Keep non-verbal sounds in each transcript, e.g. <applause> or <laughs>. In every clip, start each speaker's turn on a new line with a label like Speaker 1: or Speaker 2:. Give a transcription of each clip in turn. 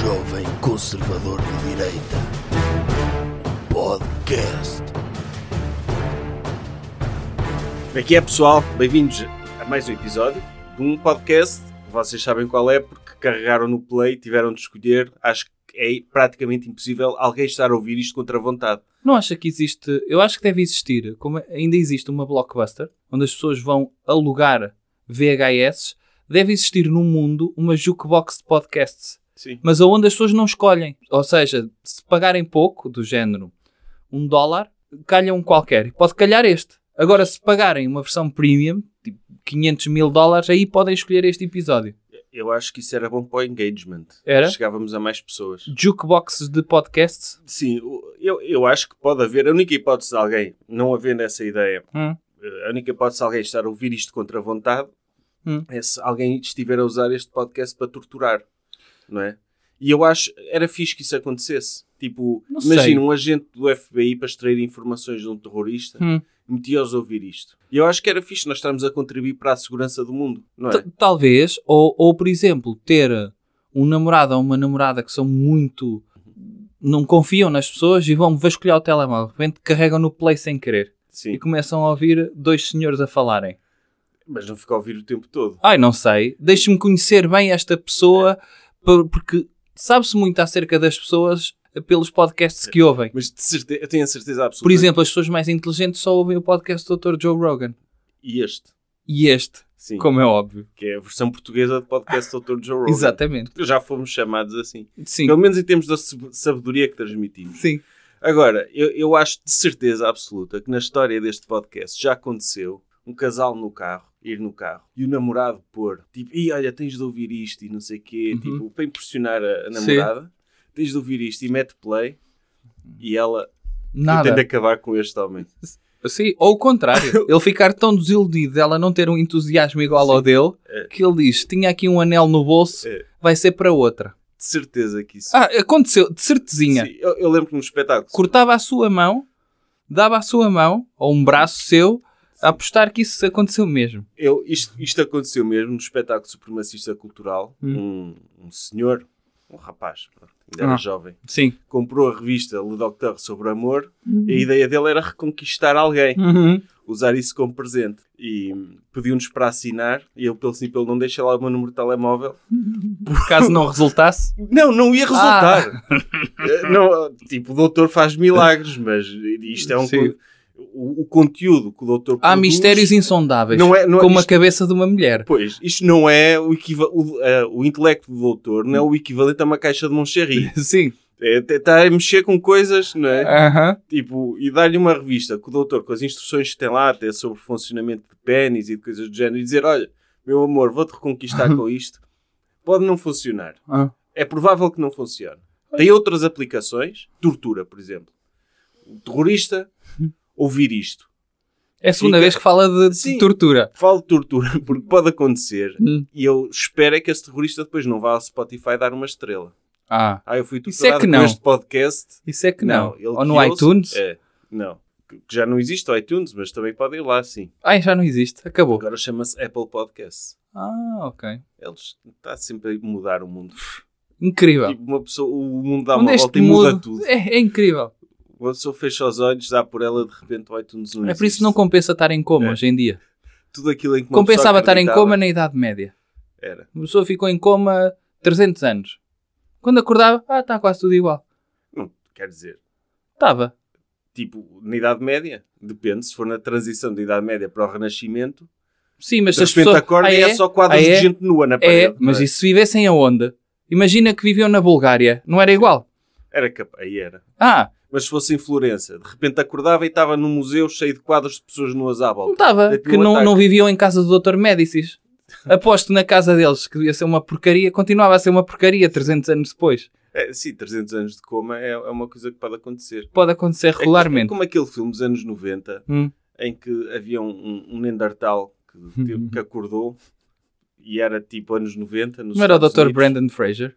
Speaker 1: jovem conservador de direita. Podcast.
Speaker 2: Como é que é, pessoal? Bem-vindos a mais um episódio de um podcast. Vocês sabem qual é, porque carregaram no play, tiveram de escolher. Acho que é praticamente impossível alguém estar a ouvir isto contra a vontade.
Speaker 3: Não acha que existe. Eu acho que deve existir. Como ainda existe uma blockbuster onde as pessoas vão alugar VHS, deve existir no mundo uma jukebox de podcasts.
Speaker 2: Sim.
Speaker 3: Mas aonde as pessoas não escolhem. Ou seja, se pagarem pouco, do género um dólar, calha um qualquer. E Pode calhar este. Agora, se pagarem uma versão premium, tipo 500 mil dólares, aí podem escolher este episódio.
Speaker 2: Eu acho que isso era bom para o engagement.
Speaker 3: Era?
Speaker 2: Chegávamos a mais pessoas.
Speaker 3: Jukeboxes de podcasts.
Speaker 2: Sim, o- eu, eu acho que pode haver. A única hipótese de alguém não havendo essa ideia,
Speaker 3: Hum.
Speaker 2: eh, a única hipótese de alguém estar a ouvir isto contra a vontade
Speaker 3: Hum.
Speaker 2: é se alguém estiver a usar este podcast para torturar, não é? E eu acho, era fixe que isso acontecesse. Tipo,
Speaker 3: Não
Speaker 2: imagina
Speaker 3: sei.
Speaker 2: um agente do FBI para extrair informações de um terrorista,
Speaker 3: Hum.
Speaker 2: metia-os a ouvir isto. E eu acho que era fixe nós estarmos a contribuir para a segurança do mundo, não é?
Speaker 3: Ta- Talvez, ou, ou por exemplo, ter um namorado ou uma namorada que são muito. não confiam nas pessoas e vão vasculhar o telemóvel. De repente carregam no play sem querer
Speaker 2: Sim,
Speaker 3: e começam a ouvir dois senhores a falarem.
Speaker 2: mas não fica a ouvir o tempo todo.
Speaker 3: Ai, não sei, deixe-me conhecer bem esta pessoa por- porque sabe-se muito acerca das pessoas pelos podcasts que ouvem.
Speaker 2: Mas de certe- eu tenho a certeza absoluta.
Speaker 3: Por exemplo, as pessoas mais inteligentes só ouvem o podcast do Dr. Joe Rogan.
Speaker 2: E este,
Speaker 3: E este,
Speaker 2: sim,
Speaker 3: como é óbvio.
Speaker 2: que é a versão portuguesa do podcast do Dr. Joe Rogan.
Speaker 3: Exatamente.
Speaker 2: Já fomos chamados assim.
Speaker 3: Sim.
Speaker 2: Pelo menos em termos da sab- sabedoria que transmitimos.
Speaker 3: Sim.
Speaker 2: Agora, eu, eu acho de certeza absoluta que na história deste podcast já aconteceu um casal no carro, ir no carro, e o namorado pôr, tipo, e olha, tens de ouvir isto e não sei o quê,
Speaker 3: Uhum.
Speaker 2: tipo, para impressionar a, a
Speaker 3: Sim.
Speaker 2: namorada, tens de ouvir isto e mete play, e ela, eu tenho de
Speaker 3: Nada.
Speaker 2: acabar com este homem.
Speaker 3: Sim, ou o
Speaker 2: <laughs>
Speaker 3: contrário, ele ficar tão desiludido dela não ter um entusiasmo igual ao dele
Speaker 2: É.
Speaker 3: que ele diz: tinha aqui um anel no bolso,
Speaker 2: É.
Speaker 3: vai ser para outra.
Speaker 2: De certeza que isso...
Speaker 3: Ah, aconteceu, de certezinha.
Speaker 2: Sim, eu, eu lembro-me do espetáculo.
Speaker 3: Cortava a sua mão, dava a sua mão, ou um braço seu, a apostar que isso aconteceu mesmo.
Speaker 2: Eu- isto, isto aconteceu mesmo no espetáculo supremacista cultural. Um, um senhor, um rapaz, pronto, ainda era
Speaker 3: Hum. Ah.
Speaker 2: jovem,
Speaker 3: Sim.
Speaker 2: comprou a revista Le Docteur sobre Amor
Speaker 3: Uhum.
Speaker 2: e a ideia dele era reconquistar alguém, usar isso como presente. E hum, pediu-nos para assinar e eu, pelo simples, não deixa lá o meu número de telemóvel.
Speaker 3: Caso
Speaker 2: <laughs>
Speaker 3: não resultasse,
Speaker 2: Não, não ia resultar.
Speaker 3: Ah.
Speaker 2: Eh, não, tipo, o doutor faz milagres, mas isto é um...
Speaker 3: Sim.
Speaker 2: con- O, o conteúdo que o doutor
Speaker 3: há
Speaker 2: produz-
Speaker 3: mistérios insondáveis,
Speaker 2: Não é- não é-
Speaker 3: como a
Speaker 2: isto-
Speaker 3: cabeça de uma mulher. <laughs>
Speaker 2: Pois, isto não é o, equiva- o, eh, o intelecto do doutor, não é o equivalente a uma caixa de Moncherry.
Speaker 3: Sim.
Speaker 2: Está a mexer com coisas, não é?
Speaker 3: Aham.
Speaker 2: Tipo, e dar-lhe uma revista que o doutor, com as instruções que tem lá, até sobre funcionamento de pênis e de coisas do género, e dizer: Olha, meu amor, vou-te reconquistar
Speaker 3: <laughs>
Speaker 2: com isto, pode não funcionar.
Speaker 3: Ah.
Speaker 2: É provável que não funcione. Tem outras aplicações, tortura, por exemplo. O terrorista, ouvir isto.
Speaker 3: É a segunda
Speaker 2: Fica-
Speaker 3: vez que fala de, de
Speaker 2: Sim.
Speaker 3: tortura.
Speaker 2: Falo de tortura <laughs> porque pode acontecer
Speaker 3: Hum.
Speaker 2: E eu espero é que esse terrorista depois não vá ao Spotify dar uma estrela.
Speaker 3: Ah,
Speaker 2: Ah, eu fui
Speaker 3: Isso é
Speaker 2: torturado
Speaker 3: que
Speaker 2: com
Speaker 3: não.
Speaker 2: este podcast.
Speaker 3: isso é que não.
Speaker 2: ele
Speaker 3: ou no
Speaker 2: que ouça-
Speaker 3: iTunes.
Speaker 2: É, não. Que que já não existe o iTunes, mas também pode ir lá, sim.
Speaker 3: Ai, já não existe, acabou.
Speaker 2: Agora chama-se Apple Podcast.
Speaker 3: Ah, ok.
Speaker 2: Eles está sempre a mudar o mundo.
Speaker 3: Incrível.
Speaker 2: Tipo, uma pessoa, o mundo dá
Speaker 3: Onde
Speaker 2: uma
Speaker 3: este
Speaker 2: volta e muda
Speaker 3: mundo-
Speaker 2: tudo.
Speaker 3: É, é incrível.
Speaker 2: Uma pessoa fecha os olhos, dá por ela, de repente o iTunes não
Speaker 3: é
Speaker 2: existe.
Speaker 3: por isso que não compensa estar em coma
Speaker 2: É.
Speaker 3: hoje em dia.
Speaker 2: Tudo aquilo em que uma
Speaker 3: Compensava
Speaker 2: pessoa
Speaker 3: estar em
Speaker 2: acreditava
Speaker 3: coma né? na Idade Média.
Speaker 2: Era.
Speaker 3: Uma pessoa ficou em coma 300 anos. Quando acordava, ah, está quase tudo igual.
Speaker 2: Não, quer dizer,
Speaker 3: Estava.
Speaker 2: tipo, na Idade Média, depende, se for na transição da Idade Média para o Renascimento,
Speaker 3: Sim, mas
Speaker 2: De
Speaker 3: as
Speaker 2: repente
Speaker 3: pessoas...
Speaker 2: acorda
Speaker 3: Ah,
Speaker 2: e é só quadros
Speaker 3: Ah, é?
Speaker 2: de gente nua na parede.
Speaker 3: É, mas
Speaker 2: não
Speaker 3: e se vivessem aonde? Imagina que viviam na Bulgária. Não era igual.
Speaker 2: Era capaz, aí era.
Speaker 3: Ah,
Speaker 2: Mas se fosse em Florença, de repente acordava e estava num museu cheio de quadros de pessoas nuas à
Speaker 3: não
Speaker 2: volta.
Speaker 3: estava.
Speaker 2: Dei-te um
Speaker 3: Que não,
Speaker 2: ataque.
Speaker 3: não viviam em casa do Dr. Médicis. Aposto na casa deles que ia ser uma porcaria. Continuava a ser uma porcaria 300 anos depois.
Speaker 2: É, sim, 300 anos de coma é, é uma coisa que pode acontecer.
Speaker 3: Pode acontecer
Speaker 2: É co- É,
Speaker 3: regularmente.
Speaker 2: como aquele filme dos anos 90,
Speaker 3: Hum. Uhum.
Speaker 2: em que havia um, um, um Neandertal que, teve- que acordou e era tipo anos 90. nos
Speaker 3: Não era o
Speaker 2: Estados
Speaker 3: Dr.
Speaker 2: Unidos.
Speaker 3: Brandon Fraser?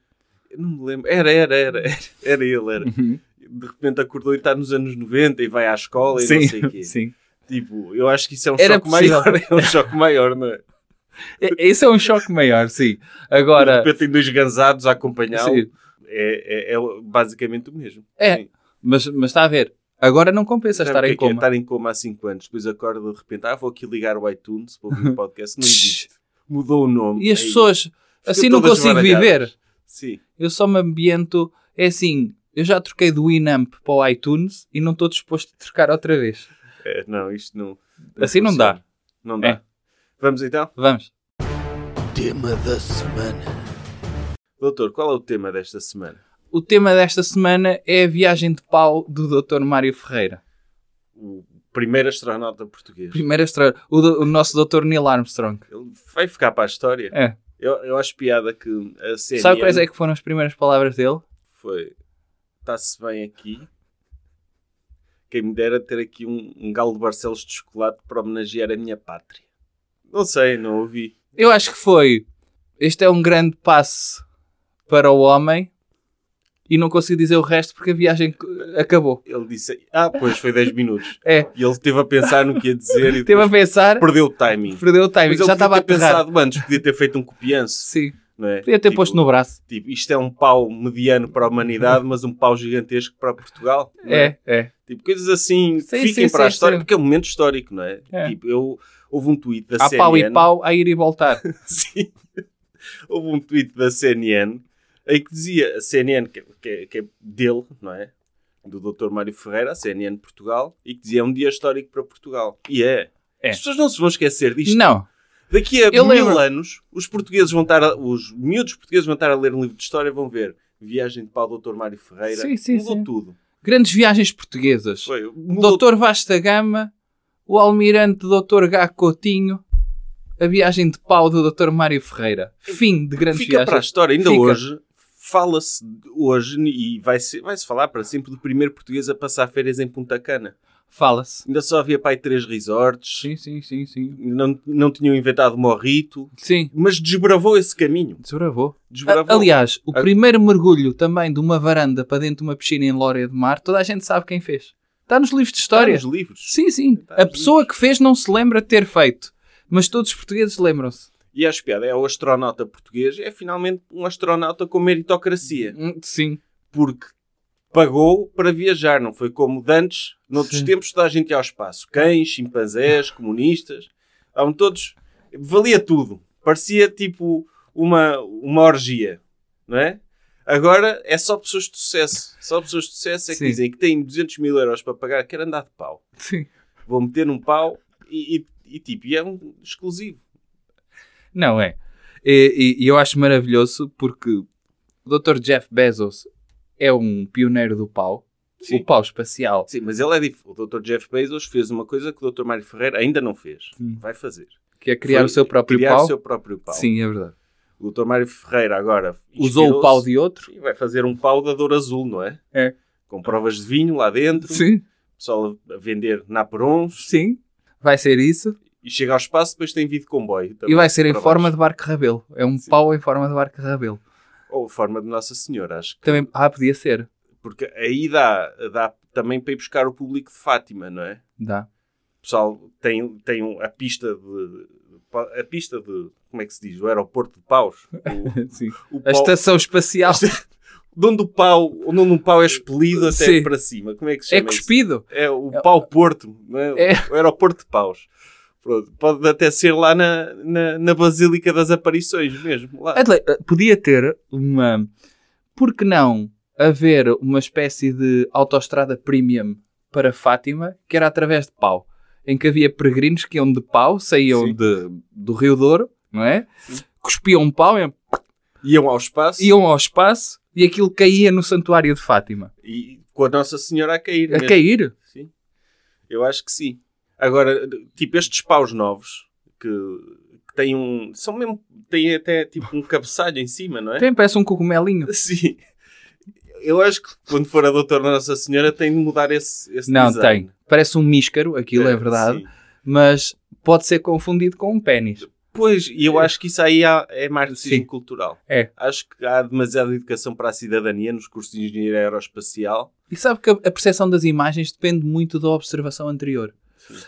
Speaker 2: Eu Não me lembro. Era, era, era. <laughs> Era, era ele, era. De repente acordou e está nos anos 90 e vai à escola e não sei o quê.
Speaker 3: <laughs> sim.
Speaker 2: Tipo, eu acho que isso é um
Speaker 3: Era
Speaker 2: choque
Speaker 3: possível.
Speaker 2: maior. <laughs> É um choque maior, não é?
Speaker 3: <laughs> E- Esse é um choque maior, sim.
Speaker 2: De
Speaker 3: Agora,
Speaker 2: <laughs> repente tem dois gansados a acompanhá-lo.
Speaker 3: sim,
Speaker 2: é, é- é basicamente o mesmo.
Speaker 3: É.
Speaker 2: Sim.
Speaker 3: Mas, mas está a ver, agora não compensa
Speaker 2: Sabe
Speaker 3: estar
Speaker 2: o que
Speaker 3: em
Speaker 2: é que é
Speaker 3: coma.
Speaker 2: estar em coma há 5 anos, depois acorda de repente, ah, vou aqui ligar o iTunes para
Speaker 3: <laughs>
Speaker 2: ouvir o podcast, não existe. Mudou o nome.
Speaker 3: E as
Speaker 2: Aí
Speaker 3: pessoas,
Speaker 2: ficam
Speaker 3: assim não
Speaker 2: todas
Speaker 3: consigo
Speaker 2: baralhadas.
Speaker 3: viver.
Speaker 2: Sim.
Speaker 3: Eu só me ambiento, é assim, eu já troquei do Winamp para o iTunes e não estou disposto a trocar outra vez.
Speaker 2: É, não, isto não.
Speaker 3: Assim não
Speaker 2: funciona.
Speaker 3: dá.
Speaker 2: Não dá.
Speaker 3: É.
Speaker 2: Vamos então?
Speaker 3: Vamos.
Speaker 1: Tema da semana.
Speaker 2: Doutor, qual é o tema desta semana?
Speaker 3: O tema desta semana é a viagem de pau do Dr. Mário Ferreira.
Speaker 2: O primeiro astronauta português.
Speaker 3: Primeira história, o, do- o nosso Dr. Neil Armstrong.
Speaker 2: Ele vai ficar para a história.
Speaker 3: É.
Speaker 2: Eu, eu acho piada que a CNN
Speaker 3: Sabe quais é que foram as primeiras palavras dele?
Speaker 2: foi está-se bem aqui. Quem me dera ter aqui um, um galo de Barcelos de chocolate para homenagear a minha pátria. Não sei, não ouvi.
Speaker 3: Eu acho que foi. Este é um grande passo para o homem e não consigo dizer o resto porque a viagem c- acabou.
Speaker 2: Ele disse, ah, pois foi 10 minutos.
Speaker 3: É.
Speaker 2: E ele esteve a pensar no que ia dizer e
Speaker 3: Esteve a
Speaker 2: depois
Speaker 3: pensar,
Speaker 2: perdeu o timing.
Speaker 3: perdeu o
Speaker 2: Mas
Speaker 3: timing,
Speaker 2: ele
Speaker 3: já estava a
Speaker 2: podia ter
Speaker 3: aterrar.
Speaker 2: pensado antes, podia ter feito um copianço.
Speaker 3: Sim,
Speaker 2: Não é?
Speaker 3: podia ter
Speaker 2: Tipo,
Speaker 3: posto no braço.
Speaker 2: Tipo, isto é um pau mediano para a humanidade, mas um pau gigantesco para Portugal. não
Speaker 3: É, é.
Speaker 2: Tipo, coisas assim que
Speaker 3: Sim,
Speaker 2: fiquem
Speaker 3: sim,
Speaker 2: para a
Speaker 3: sim,
Speaker 2: história,
Speaker 3: sim.
Speaker 2: porque é um momento histórico, não é?
Speaker 3: É.
Speaker 2: Tipo, eu, houve um tweet da
Speaker 3: Há
Speaker 2: CNN.
Speaker 3: pau e pau a ir e voltar.
Speaker 2: Sim. Houve um tweet da CNN em que dizia a CNN, que, que é- que é dele, não é? Do Dr. Mário Ferreira, a CNN Portugal, e que dizia é um dia histórico para Portugal. E é.
Speaker 3: É.
Speaker 2: As pessoas não se vão esquecer disto.
Speaker 3: Não,
Speaker 2: Daqui a
Speaker 3: Eu
Speaker 2: mil
Speaker 3: lembro.
Speaker 2: anos, os portugueses vão estar, a- os miúdos portugueses vão estar a ler um livro de história e vão ver Viagem de Pau do Dr. Mário Ferreira.
Speaker 3: Sim, sim,
Speaker 2: mudou
Speaker 3: sim.
Speaker 2: tudo.
Speaker 3: grandes viagens portuguesas.
Speaker 2: Foi, mudou
Speaker 3: Doutor Vasta Gama, o almirante Doutor Gá Coutinho, a viagem de pau do Dr. Mário Ferreira. Fim de grandes
Speaker 2: Fica para a
Speaker 3: viagens.
Speaker 2: história. Ainda
Speaker 3: Fica.
Speaker 2: hoje, fala-se de- hoje e vai-se vai -se falar para sempre do primeiro português a passar férias em Punta Cana.
Speaker 3: Fala-se.
Speaker 2: Ainda só havia pai três resorts,
Speaker 3: Sim, sim, sim, sim.
Speaker 2: não, não tinham inventado morrito,
Speaker 3: Sim,
Speaker 2: mas desbravou esse caminho.
Speaker 3: desbravou.
Speaker 2: Desbravou.
Speaker 3: A- Aliás, o
Speaker 2: A-
Speaker 3: primeiro mergulho também de uma varanda para dentro de uma piscina em Lória de Mar, toda a gente sabe quem fez. Está nos livros de
Speaker 2: Está
Speaker 3: história.
Speaker 2: nos livros.
Speaker 3: Sim, sim.
Speaker 2: Está
Speaker 3: A
Speaker 2: nos
Speaker 3: pessoa que fez não se lembra de ter feito, mas todos os portugueses lembram-se.
Speaker 2: E acho piada, é o astronauta português, é finalmente um astronauta com meritocracia,
Speaker 3: Hum, Sim.
Speaker 2: porque pagou para viajar, não foi como de antes, noutros
Speaker 3: Sim.
Speaker 2: tempos toda a gente ia ao espaço. Cães, chimpanzés, comunistas, estavam todos, valia tudo. Parecia tipo uma, uma orgia, não é? Agora é só pessoas de sucesso. Só pessoas de sucesso é que
Speaker 3: Sim.
Speaker 2: dizem que têm 200 mil euros para pagar, quero andar de pau.
Speaker 3: Sim.
Speaker 2: Vou meter num pau e, e- e, tipo, e é um exclusivo.
Speaker 3: Não é. E, e- e eu acho maravilhoso porque o Dr. Jeff Bezos é um pioneiro do pau,
Speaker 2: Sim.
Speaker 3: o pau espacial.
Speaker 2: Sim, mas ele é dif... O Dr. Jeff Bezos fez uma coisa que o Dr. Mário Ferreira ainda não fez.
Speaker 3: Sim.
Speaker 2: Vai fazer.
Speaker 3: Que é criar
Speaker 2: Foi
Speaker 3: o seu próprio
Speaker 2: criar
Speaker 3: pau.
Speaker 2: o seu próprio pau.
Speaker 3: Sim, é verdade.
Speaker 2: O Dr. Mário Ferreira agora
Speaker 3: Usou o pau de outro.
Speaker 2: e vai fazer um pau da dor azul, não é?
Speaker 3: É.
Speaker 2: Com provas de vinho lá dentro,
Speaker 3: Sim,
Speaker 2: o pessoal a vender naperons
Speaker 3: sim. Vai ser isso.
Speaker 2: e chega ao espaço, depois tem vídeo comboio. também,
Speaker 3: e vai ser em
Speaker 2: para
Speaker 3: forma
Speaker 2: baixo.
Speaker 3: de barco rabelo. É um
Speaker 2: Sim.
Speaker 3: pau em forma de barco rabelo.
Speaker 2: Ou forma de Nossa Senhora, acho que.
Speaker 3: Também, ah, podia ser.
Speaker 2: Porque aí dá, dá também para ir buscar o público de Fátima, não é? <laughs>
Speaker 3: Dá.
Speaker 2: O pessoal tem, tem um- a pista de. A pista de. Como é que se diz? O aeroporto de Paus. O,
Speaker 3: Sim. <laughs>
Speaker 2: o
Speaker 3: A
Speaker 2: pau- <laughs>
Speaker 3: estação espacial é
Speaker 2: de onde o pau, onde um pau é expelido até
Speaker 3: Sim.
Speaker 2: para cima. Como é que se
Speaker 3: é
Speaker 2: chama isso?
Speaker 3: cuspido.
Speaker 2: É o pau Porto, não é?
Speaker 3: É.
Speaker 2: o aeroporto de paus. Pronto, pode até ser lá na, na, na Basílica das Aparições mesmo. Lá.
Speaker 3: Adelaide, eh, Podia ter uma. Por que não haver uma espécie de autoestrada premium para Fátima, que era através de pau? Em que havia peregrinos que iam de pau, saíam
Speaker 2: Sim.
Speaker 3: de, do Rio Douro, não é? Cuspiam pau, iam-
Speaker 2: Iam ao espaço
Speaker 3: Então- iam ao espaço e aquilo caía no santuário de Fátima.
Speaker 2: e com a Nossa Senhora a cair.
Speaker 3: A
Speaker 2: mesmo.
Speaker 3: cair.
Speaker 2: Sim. Eu acho que sim. Agora, tipo, estes paus novos que, que têm um. São mesmo. têm até tipo um cabeçalho em cima, não é?
Speaker 3: Tem, parece um cogumelinho.
Speaker 2: <laughs> Sim. Eu acho que quando for a Doutora Nossa Senhora tem de mudar esse, esse
Speaker 3: Não,
Speaker 2: design.
Speaker 3: tem. Parece um míscaro, aquilo é,
Speaker 2: É,
Speaker 3: verdade,
Speaker 2: sim.
Speaker 3: mas pode ser confundido com um pênis.
Speaker 2: Pois, e eu acho que isso aí há- é marxismo
Speaker 3: Sim.
Speaker 2: cultural.
Speaker 3: É.
Speaker 2: Acho que há demasiada educação para a cidadania nos cursos de engenharia aeroespacial.
Speaker 3: E sabe que a a percepção das imagens depende muito da observação anterior.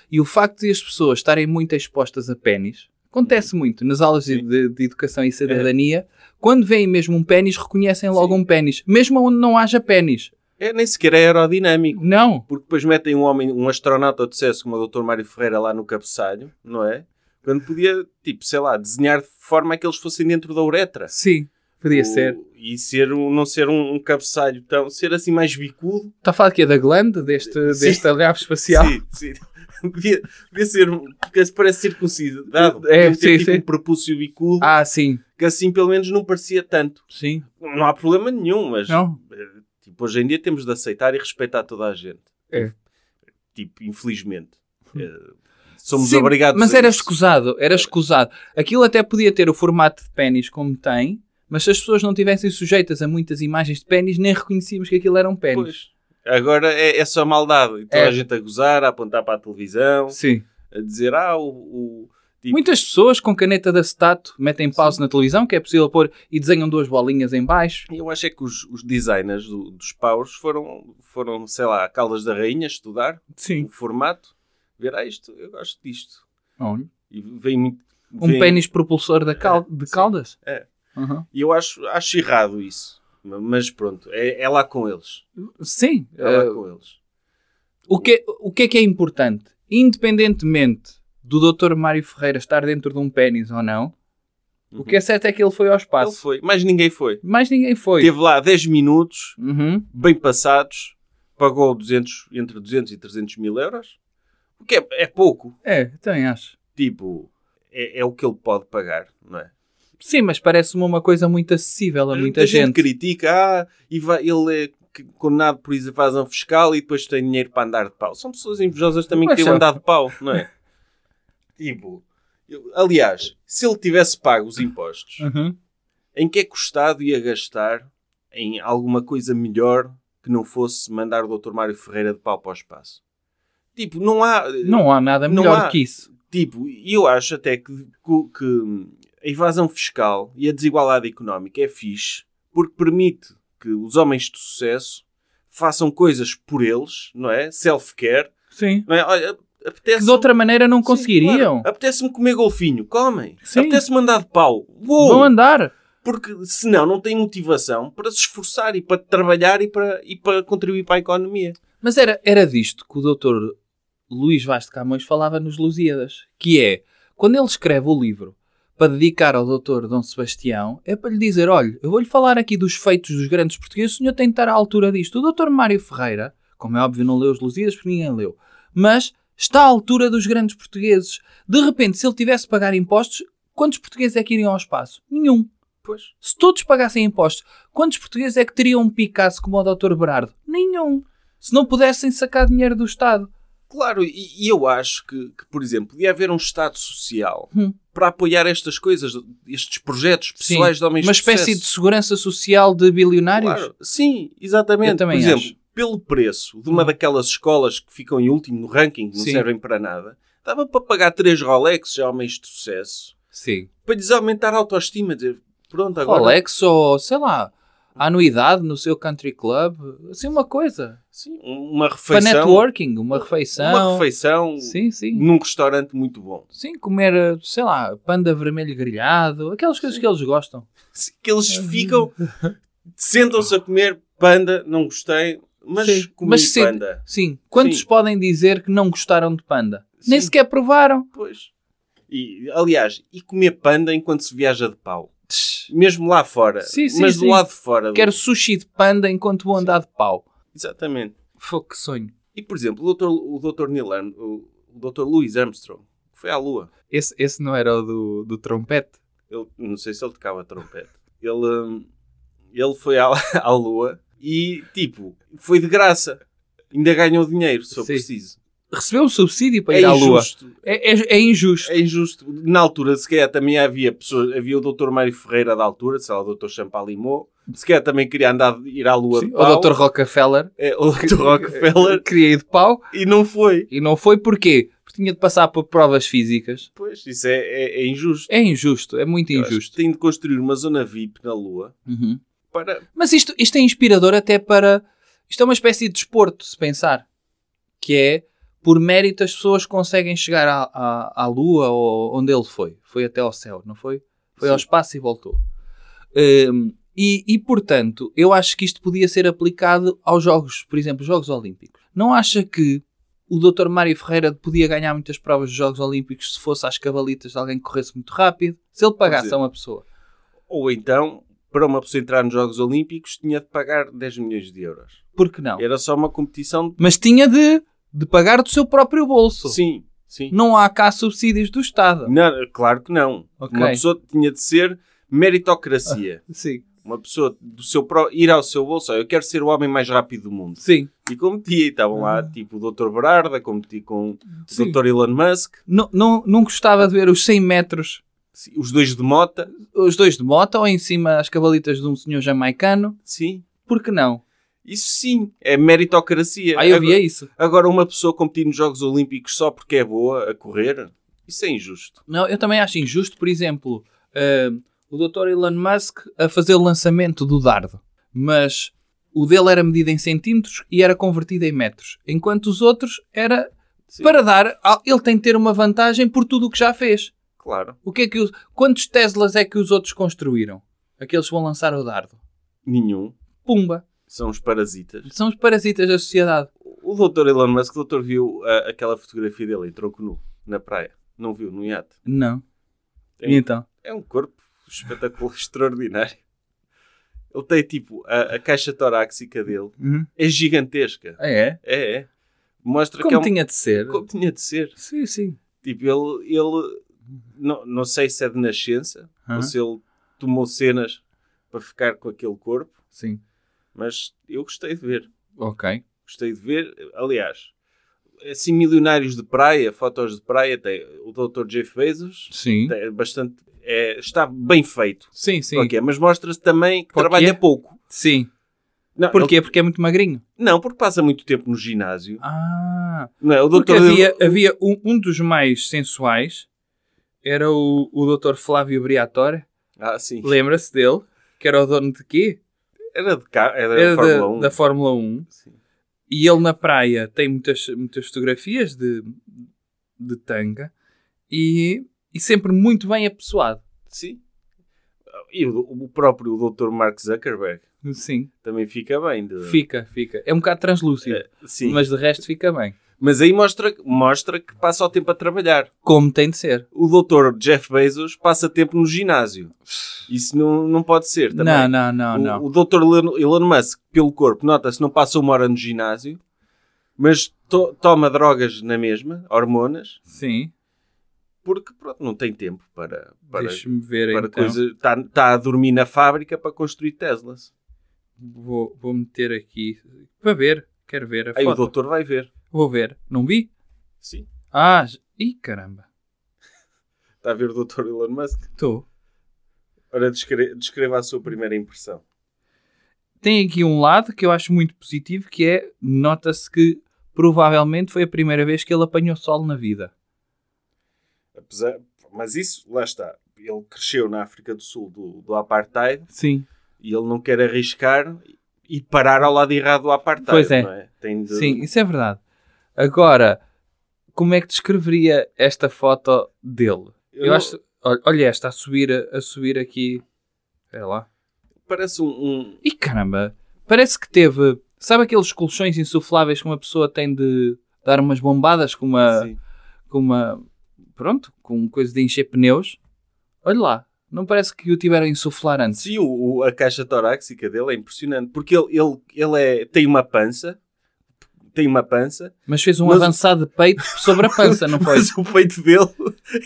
Speaker 3: E o facto de as pessoas estarem muito expostas a pênis Acontece
Speaker 2: Uhum.
Speaker 3: muito nas aulas de, de- de educação e cidadania. Quando veem mesmo um pénis, reconhecem logo
Speaker 2: Sim.
Speaker 3: um pénis. Mesmo onde não haja pénis.
Speaker 2: É, nem sequer é aerodinâmico.
Speaker 3: Não.
Speaker 2: Porque depois metem um homem, um astronauta de sucesso como o Dr. Mário Ferreira lá no cabeçalho, não é? Quando podia, tipo, sei lá, desenhar de forma a que eles fossem dentro da uretra.
Speaker 3: Sim. Podia
Speaker 2: O-
Speaker 3: ser.
Speaker 2: E ser um, não ser um, um cabeçalho tão. ser assim mais bicudo.
Speaker 3: Está a falar aqui da glande, deste,
Speaker 2: Sim.
Speaker 3: deste aliado espacial?
Speaker 2: Sim, sim. <laughs> Devia, devia ser. um, Porque parece circuncidado. Devia
Speaker 3: É,
Speaker 2: ter,
Speaker 3: sim,
Speaker 2: tipo,
Speaker 3: sim.
Speaker 2: um prepúcio bicudo.
Speaker 3: Ah, sim.
Speaker 2: Que assim pelo menos não parecia tanto.
Speaker 3: Sim.
Speaker 2: Não há problema nenhum, mas.
Speaker 3: Não.
Speaker 2: eh, Tipo, hoje em dia temos de aceitar e respeitar toda a gente.
Speaker 3: É. Hum.
Speaker 2: Tipo, infelizmente. Eh, somos
Speaker 3: Sim,
Speaker 2: obrigados
Speaker 3: Mas
Speaker 2: a
Speaker 3: era
Speaker 2: isso.
Speaker 3: escusado, era escusado. Aquilo até podia ter o formato de pênis como tem, mas se as pessoas não tivessem sujeitas a muitas imagens de pênis, nem reconhecíamos que aquilo era um pênis.
Speaker 2: Pois. Agora é, é só maldade. Então
Speaker 3: É.
Speaker 2: a gente a gozar, a apontar para a televisão,
Speaker 3: Sim.
Speaker 2: a dizer, ah, o- o Tipo-
Speaker 3: Muitas pessoas com caneta de acetato metem pausa na televisão, que é possível pôr, e desenham duas bolinhas em baixo.
Speaker 2: Eu acho é que os, os designers do- dos paus foram, foram, sei lá, a Caldas da Rainha estudar
Speaker 3: Sim.
Speaker 2: o formato, ver, ah, isto, eu gosto disto. E vem muito.
Speaker 3: Um
Speaker 2: vem-
Speaker 3: pênis propulsor da cal- de
Speaker 2: Sim.
Speaker 3: caldas?
Speaker 2: É.
Speaker 3: Uhum.
Speaker 2: E eu acho, acho errado isso. Ma- Mas pronto, é, é lá com eles.
Speaker 3: Sim.
Speaker 2: É lá
Speaker 3: uh,
Speaker 2: com eles.
Speaker 3: O que, o que é que é importante? Independentemente do Dr. Mário Ferreira estar dentro de um pênis ou não, o que é certo é que ele foi ao
Speaker 2: Uhum. Ele
Speaker 3: espaço.
Speaker 2: foi, mas ninguém foi.
Speaker 3: Mais ninguém foi.
Speaker 2: Teve lá 10 minutos,
Speaker 3: Uhum.
Speaker 2: bem passados, pagou 200, entre 200 e 300 mil euros, o que é, é pouco.
Speaker 3: É, também acho.
Speaker 2: Tipo, é, é o que ele pode pagar, não é?
Speaker 3: Sim, mas parece-me uma coisa muito acessível a muita gente.
Speaker 2: critica, ah, e vai- ele é c- condenado por evasão fiscal e depois tem dinheiro para andar de pau. São pessoas invejosas também que
Speaker 3: Mas
Speaker 2: têm
Speaker 3: são.
Speaker 2: andar de pau, não é? <laughs> tipo, eu- aliás, se ele tivesse pago os impostos,
Speaker 3: Uhum.
Speaker 2: em que é custado ia gastar em alguma coisa melhor que não fosse mandar o Dr. Mário Ferreira de pau para o espaço? Tipo, não há.
Speaker 3: Não há nada
Speaker 2: Não
Speaker 3: melhor
Speaker 2: há.
Speaker 3: do que isso.
Speaker 2: Tipo, e eu acho até que, que- que a evasão fiscal e a desigualdade económica é fixe porque permite que os homens de sucesso façam coisas por eles, não é? Self-care,
Speaker 3: Sim.
Speaker 2: não é? Olha,
Speaker 3: Que
Speaker 2: apetece.
Speaker 3: de outra maneira não
Speaker 2: Sim,
Speaker 3: conseguiriam.
Speaker 2: claro. Apetece-me comer golfinho, comem.
Speaker 3: Sim.
Speaker 2: Apetece-me andar de pau,
Speaker 3: Vão
Speaker 2: vou.
Speaker 3: andar.
Speaker 2: Porque senão não têm motivação para se esforçar e para trabalhar e para, e para contribuir para a economia.
Speaker 3: Mas era, era disto que o doutor Luís Vaz de Camões falava nos Lusíadas, que é, quando ele escreve o livro para dedicar ao doutor Dom Sebastião, é para lhe dizer, olha, eu vou-lhe falar aqui dos feitos dos grandes portugueses, o senhor tem de estar à altura disto. O doutor Mário Ferreira, como é óbvio, não leu os Lusíadas porque ninguém leu, mas está à altura dos grandes portugueses. De repente, se ele tivesse de pagar impostos, quantos portugueses é que iriam ao espaço? Nenhum.
Speaker 2: Pois.
Speaker 3: Se todos pagassem impostos, quantos portugueses é que teriam um Picasso como o Dr. Berardo? Nenhum. Se não pudessem sacar dinheiro do Estado.
Speaker 2: Claro, e, e eu acho que, que, por exemplo, podia haver um Estado social
Speaker 3: Hum.
Speaker 2: para apoiar estas coisas, estes projetos
Speaker 3: Sim,
Speaker 2: pessoais de homens
Speaker 3: Uma espécie de
Speaker 2: sucesso.
Speaker 3: segurança social de bilionários.
Speaker 2: Claro, sim, exatamente.
Speaker 3: Eu também
Speaker 2: por exemplo,
Speaker 3: acho.
Speaker 2: pelo preço de uma
Speaker 3: Hum.
Speaker 2: daquelas escolas que ficam em último no ranking, que não
Speaker 3: Sim.
Speaker 2: servem para nada, dava para pagar três Rolex a homens de sucesso,
Speaker 3: Sim.
Speaker 2: para lhes aumentar a autoestima, dizer, pronto, agora...
Speaker 3: Rolex ou, sei lá, a anuidade no seu country club. Assim, uma coisa.
Speaker 2: Sim, um, uma
Speaker 3: Para
Speaker 2: refeição.
Speaker 3: networking, uma refeição.
Speaker 2: Uma refeição
Speaker 3: Sim, sim.
Speaker 2: num restaurante muito bom.
Speaker 3: Sim, comer, sei lá, panda vermelho grelhado. Aquelas coisas que eles gostam.
Speaker 2: que eles ficam, sentam-se a comer panda, não gostei, mas
Speaker 3: Sim,
Speaker 2: comi
Speaker 3: mas sim.
Speaker 2: panda.
Speaker 3: Sim. Quantos
Speaker 2: Sim.
Speaker 3: podem dizer que não gostaram de panda? Nem
Speaker 2: Sim.
Speaker 3: sequer provaram.
Speaker 2: Pois. E, aliás, e comer panda enquanto se viaja de pau.
Speaker 3: Tch.
Speaker 2: Mesmo lá fora.
Speaker 3: Sim, sim,
Speaker 2: mas
Speaker 3: sim.
Speaker 2: do lado de fora. do-
Speaker 3: Quero sushi de panda enquanto vou andar de pau.
Speaker 2: Exatamente.
Speaker 3: Foi que sonho.
Speaker 2: E, por exemplo, o Dr. O Dr. Neil Arm- o, o Dr. Louis Armstrong, que foi à Lua.
Speaker 3: Esse, esse não era o do, do trompete?
Speaker 2: Ele, não sei se ele tocava trompete. Ele, hum, ele foi à, <laughs> à Lua e, tipo, foi de graça. Ainda ganhou dinheiro, se eu
Speaker 3: Sim.
Speaker 2: preciso.
Speaker 3: Recebeu um subsídio para
Speaker 2: é
Speaker 3: ir à lua.
Speaker 2: injusto.
Speaker 3: É, é- é injusto.
Speaker 2: É injusto. Na altura, se calhar também havia pessoas, havia o Dr. Mário Ferreira da altura, sei lá, o Dr. Champalimau, se calhar também queria andar, ir à lua
Speaker 3: Sim,
Speaker 2: de pau.
Speaker 3: o
Speaker 2: <laughs>
Speaker 3: Dr. Rockefeller. eh,
Speaker 2: É, o Dr.
Speaker 3: <laughs>
Speaker 2: Rockefeller,
Speaker 3: Queria ir de pau
Speaker 2: e não foi.
Speaker 3: e não foi porquê? Porque tinha de passar por provas físicas.
Speaker 2: Pois, isso é, é- é injusto.
Speaker 3: É injusto, é muito
Speaker 2: Eu acho que
Speaker 3: injusto.
Speaker 2: Tem de construir uma zona VIP na lua
Speaker 3: Uhum.
Speaker 2: para...
Speaker 3: Mas isto, isto é inspirador até para. Isto é uma espécie de desporto, se pensar. Que é por mérito as pessoas conseguem chegar à, à, à Lua ou onde ele foi. Foi até ao céu, não foi? Foi ao
Speaker 2: Sim.
Speaker 3: espaço e voltou. Hum, e, e, portanto, eu acho que isto podia ser aplicado aos Jogos, por exemplo, Jogos Olímpicos. Não acha que o Dr. Mário Ferreira podia ganhar muitas provas dos Jogos Olímpicos se fosse às cavalitas de alguém que corresse muito rápido? Se ele pagasse
Speaker 2: dizer,
Speaker 3: a uma pessoa.
Speaker 2: Ou então, para uma pessoa entrar nos Jogos Olímpicos, tinha de pagar 10 milhões de euros.
Speaker 3: Por que não?
Speaker 2: Era só uma competição de...
Speaker 3: Mas tinha de, de pagar do seu próprio bolso.
Speaker 2: Sim, sim.
Speaker 3: Não há cá subsídios do Estado.
Speaker 2: Não, claro que não.
Speaker 3: Ok.
Speaker 2: Uma pessoa tinha de ser meritocracia.
Speaker 3: Sim.
Speaker 2: Uma pessoa do seu pró- ir ao seu bolso, "Olha, eu quero ser o homem mais rápido do mundo.
Speaker 3: Sim.
Speaker 2: E competia, e estavam lá, tipo, o Dr. Berarda, competi com o
Speaker 3: Uhum. Sim.
Speaker 2: Dr. Elon Musk,
Speaker 3: Não, não, não gostava de ver os 100 metros,
Speaker 2: sim, os dois de mota,
Speaker 3: os dois de moto, ou em cima as cavalitas de um senhor jamaicano.
Speaker 2: sim.
Speaker 3: Por que não?
Speaker 2: Isso sim, é meritocracia.
Speaker 3: Aí Ah, eu
Speaker 2: Agora-
Speaker 3: via isso.
Speaker 2: Agora, uma pessoa competir nos Jogos Olímpicos só porque é boa a correr, isso é injusto.
Speaker 3: Não, eu também acho injusto, por exemplo, eh, o Dr. Elon Musk a fazer o lançamento do dardo, mas o dele era medido em centímetros e era convertido em metros, enquanto os outros era
Speaker 2: Sim.
Speaker 3: para dar, a- ele tem de ter uma vantagem por tudo o que já fez.
Speaker 2: Claro.
Speaker 3: O que é que os- quantos Teslas é que os outros construíram? Aqueles que vão lançar o dardo.
Speaker 2: Nenhum.
Speaker 3: Pumba,
Speaker 2: São os parasitas.
Speaker 3: são os parasitas da sociedade.
Speaker 2: O Dr. Elon Musk, o doutor viu ah, aquela fotografia dele em tronco nu, na praia. Não viu, no iate.
Speaker 3: Não.
Speaker 2: Tem-
Speaker 3: E então?
Speaker 2: É um corpo espetacular, <laughs> extraordinário. Ele tem, tipo, a, a caixa torácica dele é gigantesca.
Speaker 3: Uhum. Ah, É?
Speaker 2: É, é. Mostra
Speaker 3: Como
Speaker 2: que é um...
Speaker 3: tinha de ser?
Speaker 2: Como tinha de ser.
Speaker 3: Sim, sim.
Speaker 2: Tipo, ele... ele não, não sei se é de nascença
Speaker 3: Hã?
Speaker 2: ou se ele tomou cenas para ficar com aquele corpo.
Speaker 3: Sim.
Speaker 2: mas eu gostei de ver.
Speaker 3: Ok.
Speaker 2: Gostei de ver, aliás, assim, milionários de praia, fotos de praia, tem o Dr. Jeff Bezos,
Speaker 3: Sim.
Speaker 2: tem bastante, é, está bem feito,
Speaker 3: Sim, sim.
Speaker 2: Ok, mas mostra-se também que
Speaker 3: Porquê?
Speaker 2: trabalha pouco.
Speaker 3: Sim.
Speaker 2: Não,
Speaker 3: Porquê? Porque é muito magrinho.
Speaker 2: ele- não, porque passa muito tempo no ginásio.
Speaker 3: Ah.
Speaker 2: Não é? O
Speaker 3: Porque
Speaker 2: Dr.
Speaker 3: havia, havia um, um dos mais sensuais, era o, o Dr. Flávio Briatore.
Speaker 2: Ah, sim.
Speaker 3: Lembra-se dele? Que era o dono de quê?
Speaker 2: Era de cá, era, da
Speaker 3: Era
Speaker 2: Fórmula 1.
Speaker 3: da Fórmula 1.
Speaker 2: Sim.
Speaker 3: E ele na praia tem muitas, muitas fotografias de, de tanga e, e sempre muito bem apessoado.
Speaker 2: Sim. E o, o próprio Dr. Mark Zuckerberg
Speaker 3: Sim.
Speaker 2: também fica bem. De,
Speaker 3: Fica, fica. É um bocado translúcido,
Speaker 2: É, sim. Mas,
Speaker 3: mas de resto fica bem.
Speaker 2: aí mostra, mostra que passa o tempo a trabalhar.
Speaker 3: Como tem de ser.
Speaker 2: o doutor Jeff Bezos passa tempo no ginásio. Isso não, não pode ser também.
Speaker 3: Não, não, não,
Speaker 2: o,
Speaker 3: não.
Speaker 2: o doutor Elon, Elon Musk, pelo corpo, nota-se, não passa uma hora no ginásio, mas to- toma drogas na mesma, hormonas,
Speaker 3: Sim.
Speaker 2: porque pronto, não tem tempo para, para,
Speaker 3: Deixa-me ver
Speaker 2: para
Speaker 3: então.
Speaker 2: coisa. Está tá a dormir na fábrica para construir Teslas.
Speaker 3: Vou, vou meter aqui para ver. Quero ver a
Speaker 2: Aí o
Speaker 3: foto.
Speaker 2: doutor vai ver.
Speaker 3: Vou ver. Não vi?
Speaker 2: Sim.
Speaker 3: Ah, j- ih caramba.
Speaker 2: Está a ver o doutor Elon Musk.
Speaker 3: Estou.
Speaker 2: Ora, descre- descreva a sua primeira impressão.
Speaker 3: Tem aqui um lado que eu acho muito positivo que é, nota-se que provavelmente foi a primeira vez que ele apanhou sol na vida.
Speaker 2: Apesar, mas isso, lá está. Ele cresceu na África do Sul do, do Apartheid.
Speaker 3: Sim.
Speaker 2: e ele não quer arriscar e parar ao lado errado do apartheid.
Speaker 3: Pois é.
Speaker 2: Não é? Tem de-
Speaker 3: Sim, isso é verdade. Agora, como é que descreveria esta foto dele? Eu,
Speaker 2: não-
Speaker 3: acho. Olha, olha esta a subir, a subir aqui. Espera lá.
Speaker 2: Parece um. um-
Speaker 3: E caramba, parece que teve. Sabe aqueles colchões insufláveis que uma pessoa tem de dar umas bombadas com uma.
Speaker 2: sim.
Speaker 3: Com uma pronto, com coisa de encher pneus? Olha lá, não parece que o tiveram a insuflar antes?
Speaker 2: Sim, o- o- a caixa torácica dele é impressionante porque ele, ele, ele é, tem uma pança. Tem uma <laughs> pança,
Speaker 3: Mas fez um
Speaker 2: Mas-
Speaker 3: avançado de peito sobre a pança, não
Speaker 2: <laughs>
Speaker 3: foi?
Speaker 2: mas o peito dele